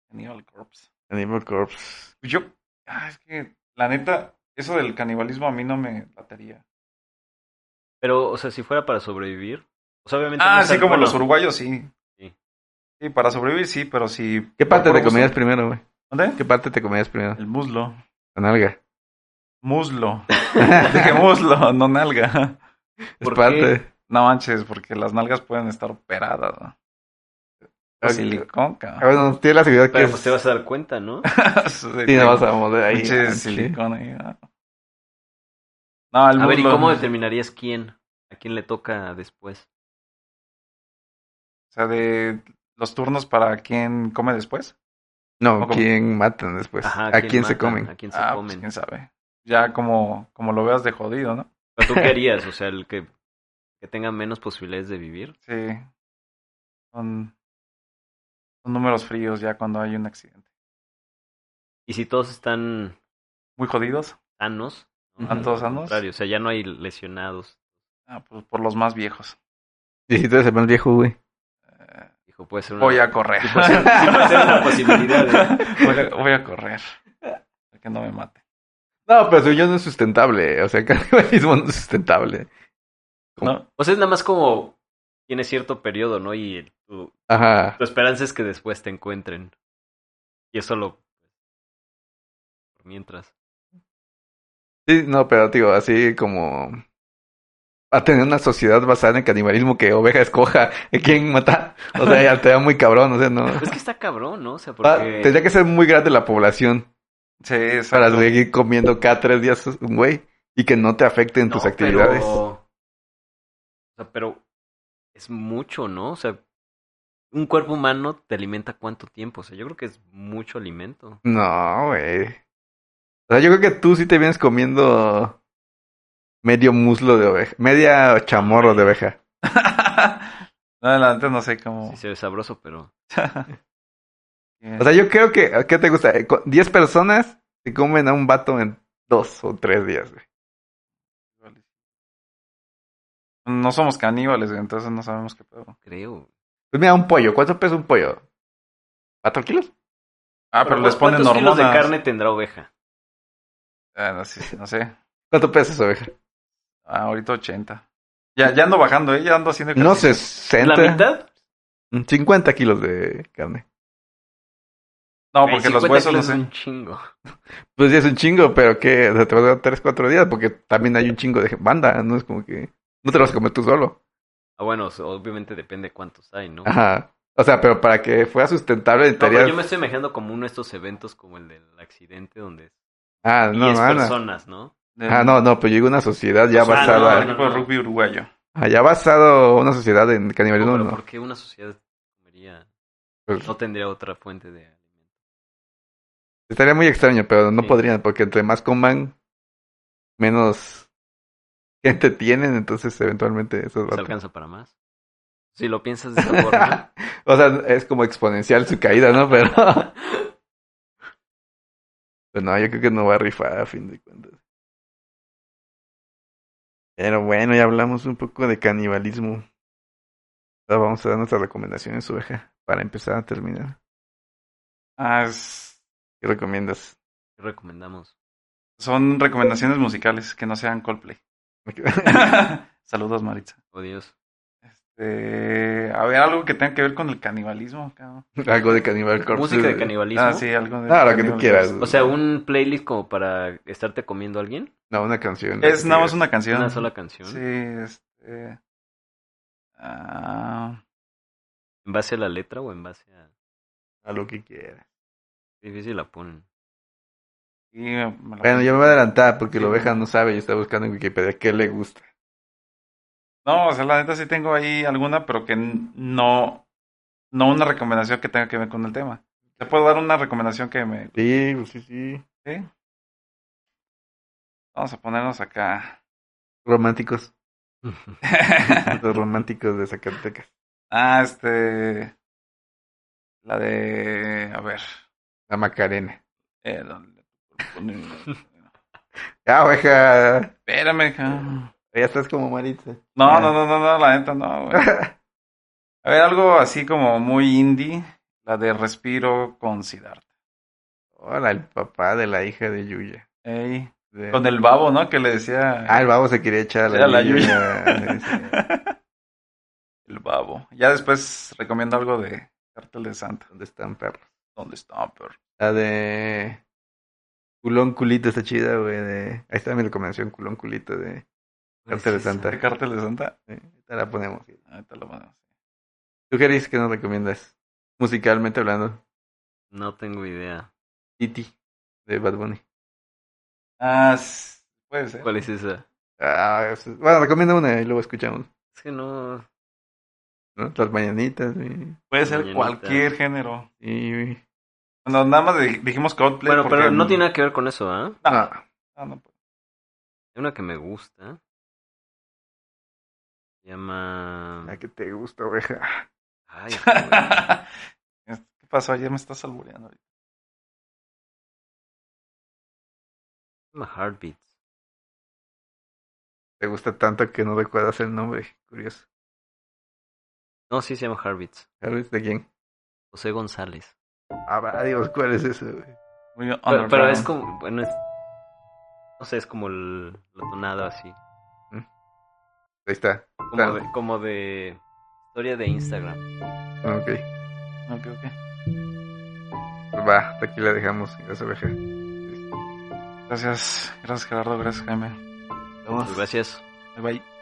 Speaker 2: Cannibal Corpse.
Speaker 1: Animal Corpse.
Speaker 2: Pues Yo, ah, es que, la neta, eso del canibalismo a mí no me batería.
Speaker 3: Pero, o sea, si fuera para sobrevivir. O sea, obviamente.
Speaker 2: Ah,
Speaker 3: no es
Speaker 2: sí,
Speaker 3: al-
Speaker 2: como
Speaker 3: bueno,
Speaker 2: los uruguayos, sí.
Speaker 3: Sí.
Speaker 2: Sí, para sobrevivir, sí, pero si...
Speaker 1: ¿Qué parte
Speaker 2: por
Speaker 1: te
Speaker 2: gusto-
Speaker 1: comías primero, güey?
Speaker 2: ¿Dónde?
Speaker 1: ¿Qué parte te comías primero?
Speaker 2: El muslo.
Speaker 1: La nalga.
Speaker 2: Muslo. Dije muslo, no nalga.
Speaker 1: Es
Speaker 3: ¿Por
Speaker 1: parte.
Speaker 2: No manches, porque las nalgas pueden estar operadas. ¿no? O silicón,
Speaker 1: A
Speaker 2: cabrón.
Speaker 1: ver, no, Ah, tiene la seguridad que
Speaker 3: Pero
Speaker 1: es.
Speaker 3: pues te vas a dar cuenta, ¿no?
Speaker 1: Sí, no vas
Speaker 2: Sí,
Speaker 1: a mover ahí.
Speaker 2: pinche
Speaker 1: ah,
Speaker 2: silicón ahí, ¿no? No, el
Speaker 3: A ver, ¿y
Speaker 2: muslo-
Speaker 3: cómo determinarías quién? ¿A quién le toca después?
Speaker 2: O sea, de los turnos para quién come después.
Speaker 1: No,
Speaker 2: ¿O cómo?
Speaker 1: ¿quién matan después? pues, ¿A quién, se
Speaker 3: matan?
Speaker 1: comen?
Speaker 3: ¿A quién se
Speaker 2: Ah, pues
Speaker 3: comen?
Speaker 2: quién sabe. Ya como, como lo veas de jodido, ¿no?
Speaker 3: Pero ¿Tú qué harías? O sea, el que, que tenga menos posibilidades de vivir.
Speaker 2: Sí. Son, son números fríos ya cuando hay un accidente.
Speaker 3: Y si todos están
Speaker 2: Muy jodidos.
Speaker 3: sanos. ¿no?
Speaker 1: ¿Están
Speaker 2: todos
Speaker 3: Al
Speaker 2: sanos?
Speaker 3: contrario, O sea, ya no hay lesionados.
Speaker 2: Ah, pues por los más viejos.
Speaker 1: Y si tú eres el más viejo, güey.
Speaker 2: Eh,
Speaker 3: Dijo, puede ser una,
Speaker 2: voy a correr.
Speaker 3: sí puede ser- sí puede ser una posibilidad. ¿eh?
Speaker 2: Voy a, voy a correr. Para que no me mate.
Speaker 1: No, pero yo no es sustentable. O sea, el canibalismo no es sustentable.
Speaker 2: ¿No?
Speaker 3: O sea, es nada más como tiene cierto periodo, ¿no? Y el- tu,
Speaker 1: Ajá.
Speaker 3: tu esperanza es que después te encuentren. Y eso lo... por Mientras.
Speaker 1: Sí, no, pero digo, así como. A tener una sociedad basada en el canibalismo que oveja escoja a quién matar. O sea, ya te da muy cabrón. O sea, no.
Speaker 3: Es que está cabrón, ¿no? O sea,
Speaker 1: Ah,
Speaker 3: porque...
Speaker 1: Tendría que ser muy grande la población
Speaker 2: Sí, exacto.
Speaker 1: para seguir comiendo cada tres días un güey y que no te afecten tus
Speaker 3: No,
Speaker 1: actividades.
Speaker 3: Pero, o sea, pero es mucho, ¿no? O sea, un cuerpo humano te alimenta cuánto tiempo. O sea, yo creo que es mucho alimento.
Speaker 1: No, güey. O sea, yo creo que tú sí te vienes comiendo medio muslo de oveja, media chamorro de oveja.
Speaker 2: No, adelante no sé cómo.
Speaker 3: Sí, se ve sabroso, pero.
Speaker 1: O sea, yo creo que, ¿qué te gusta? Eh, con 10 personas se comen a un vato en dos o tres días, güey.
Speaker 2: No somos caníbales, entonces no sabemos qué pedo.
Speaker 3: Creo.
Speaker 1: Pues mira, un pollo. ¿Cuánto pesa un pollo? ¿Cuatro kilos?
Speaker 2: Ah, pero, les ponen
Speaker 3: ¿Cuántos
Speaker 2: hormonas.
Speaker 3: kilos de carne tendrá oveja?
Speaker 2: Ah, no, sí, sí, no sé.
Speaker 1: ¿Cuánto pesa esa oveja?
Speaker 2: Ah, ahorita 80. Ya, ya ando bajando, ¿eh? Ya ando haciendo
Speaker 1: No,
Speaker 2: ejercicio.
Speaker 1: 60.
Speaker 3: ¿La mitad?
Speaker 1: Mm, 50 kilos de carne.
Speaker 2: No,
Speaker 3: Güey,
Speaker 2: porque los
Speaker 3: 50
Speaker 2: huesos, no
Speaker 3: kilos
Speaker 2: sé.
Speaker 3: es un chingo.
Speaker 1: Pues ya es un chingo, pero que te vas a dar tres, cuatro días porque también hay un chingo de banda, ¿no? Es como que no te lo vas a comer tú solo.
Speaker 3: Ah, bueno, o sea, obviamente depende cuántos hay, ¿no?
Speaker 1: Ajá. O sea, pero para que fuera sustentable
Speaker 3: No, pero
Speaker 1: necesitarías-
Speaker 3: yo me estoy imaginando como uno de estos eventos como el del accidente donde
Speaker 1: Ah, no,
Speaker 3: 10
Speaker 1: no, Ana.
Speaker 3: personas, ¿no?
Speaker 1: Ah, no, no, pero yo digo una sociedad ya
Speaker 3: Ah, no,
Speaker 1: basada...
Speaker 2: El equipo de rugby uruguayo.
Speaker 1: ah, Ya basado una sociedad en
Speaker 3: No,
Speaker 1: canibalismo,
Speaker 3: pero
Speaker 1: no.
Speaker 3: ¿por qué una sociedad comería-
Speaker 1: Pues-
Speaker 3: no tendría otra fuente de alimento?
Speaker 1: Estaría muy extraño, pero no
Speaker 3: Sí.
Speaker 1: podrían, porque entre más coman, menos gente tienen, entonces eventualmente esos
Speaker 3: se
Speaker 1: vatos-
Speaker 3: alcanza para más. Si lo piensas de esa forma.
Speaker 1: O sea, es como exponencial su caída, ¿no? Pero... Pues no, yo creo que no va a rifar a fin de cuentas. Pero bueno, ya hablamos un poco de canibalismo. Ahora vamos a dar nuestras recomendaciones, oveja, para empezar a terminar.
Speaker 2: Ah, es-
Speaker 1: ¿Qué recomiendas?
Speaker 3: ¿qué recomendamos?
Speaker 2: Son recomendaciones musicales que no sean Coldplay. Saludos, Maritza.
Speaker 3: Oh Dios.
Speaker 2: Este, a ver, algo que tenga que ver con el canibalismo. cabrón.
Speaker 1: Algo de canibal corpse.
Speaker 3: Música de canibalismo.
Speaker 2: Ah, sí, algo de
Speaker 1: Ah, lo que tú
Speaker 2: canibalismo.
Speaker 1: quieras.
Speaker 3: O sea, un playlist como para estarte comiendo a alguien.
Speaker 1: No, una canción.
Speaker 2: Es nada más una canción.
Speaker 3: Una sola canción.
Speaker 2: Sí, este. ah,
Speaker 3: En base a la letra o en base a.
Speaker 1: A lo que quiera.
Speaker 3: Difícil la ponen.
Speaker 2: Y me- me la-
Speaker 1: Bueno, yo me voy a adelantar porque
Speaker 2: Sí.
Speaker 1: la oveja no sabe y está buscando en Wikipedia qué le gusta.
Speaker 2: No, o sea, la neta sí tengo ahí alguna, pero que n- no, no una recomendación que tenga que ver con el tema. Te puedo dar una recomendación que me...
Speaker 1: Sí, pues sí, sí.
Speaker 2: ¿sí? Vamos a ponernos acá.
Speaker 1: Románticos. Los románticos de Zacatecas.
Speaker 2: Ah, este... La de... A ver.
Speaker 1: La Macarena.
Speaker 2: eh, ¿dónde te puedo poner?
Speaker 1: Ya, oveja.
Speaker 2: Espérame, ja.
Speaker 1: Ya estás como Maritza.
Speaker 2: No, no, no, no, no, la neta no, güey. A ver, algo así como muy indie, la de Respiro con Siddhartha.
Speaker 1: Hola, el papá de la hija de Yuya.
Speaker 2: Ey,
Speaker 1: De-
Speaker 2: Con el babo, ¿no? Que le decía...
Speaker 1: Ah, el babo se quería echar a
Speaker 2: Era
Speaker 1: la,
Speaker 2: la
Speaker 1: Yuya.
Speaker 2: El babo. Ya después recomiendo algo de Cartel de Santa.
Speaker 1: ¿Dónde están perros?
Speaker 2: ¿Dónde está, perro?
Speaker 1: La de Culón Culito está chida, güey. De... Ahí está mi recomendación, Culón Culito de Carta de Santa.
Speaker 2: ¿De Cartel de Santa? Ah,
Speaker 1: Sí, Te la ponemos.
Speaker 2: Ahorita lo ponemos.
Speaker 1: ¿Tú qué dices que nos recomiendas? Musicalmente hablando,
Speaker 3: No tengo idea.
Speaker 1: Titi E de Bad Bunny.
Speaker 2: Ah, s- puede ser.
Speaker 3: ¿Cuál es esa?
Speaker 1: Ah, es- bueno, recomienda una y luego escuchamos.
Speaker 3: Es que no.
Speaker 1: ¿no? Las mañanitas y,
Speaker 2: Puede ser
Speaker 3: Mañanita.
Speaker 2: cualquier género.
Speaker 1: y-
Speaker 2: No, nada más di- dijimos Coldplay
Speaker 3: Bueno,
Speaker 2: porque-
Speaker 3: pero no tiene nada que ver con eso, ¿ah?
Speaker 2: No,
Speaker 1: Ah,
Speaker 2: no, no, pues.
Speaker 3: Hay una que me gusta. Se llama.
Speaker 1: la que te gusta, oveja.
Speaker 3: Ay, joder.
Speaker 2: ¿Qué pasó? Ayer me estás albureando.
Speaker 3: se llama Heartbeats.
Speaker 1: Te gusta tanto que no recuerdas el nombre. Curioso.
Speaker 3: No, sí se llama Heartbeats.
Speaker 1: ¿Sabes de quién?
Speaker 3: José González.
Speaker 1: Ah, adiós, ¿cuál es eso, güey?
Speaker 2: Muy
Speaker 3: Pero, pero es
Speaker 2: underground.
Speaker 3: como. Bueno, es. No sé, es como el, la tonada así.
Speaker 1: Ahí está.
Speaker 3: Como
Speaker 1: Claro.
Speaker 3: de, como de. Historia de Instagram.
Speaker 1: Ok.
Speaker 2: Ok, ok.
Speaker 1: Pues va, hasta aquí la dejamos. Gracias, oveja.
Speaker 2: Gracias, gracias Gerardo, gracias Jaime.
Speaker 3: Pues gracias.
Speaker 2: Bye bye.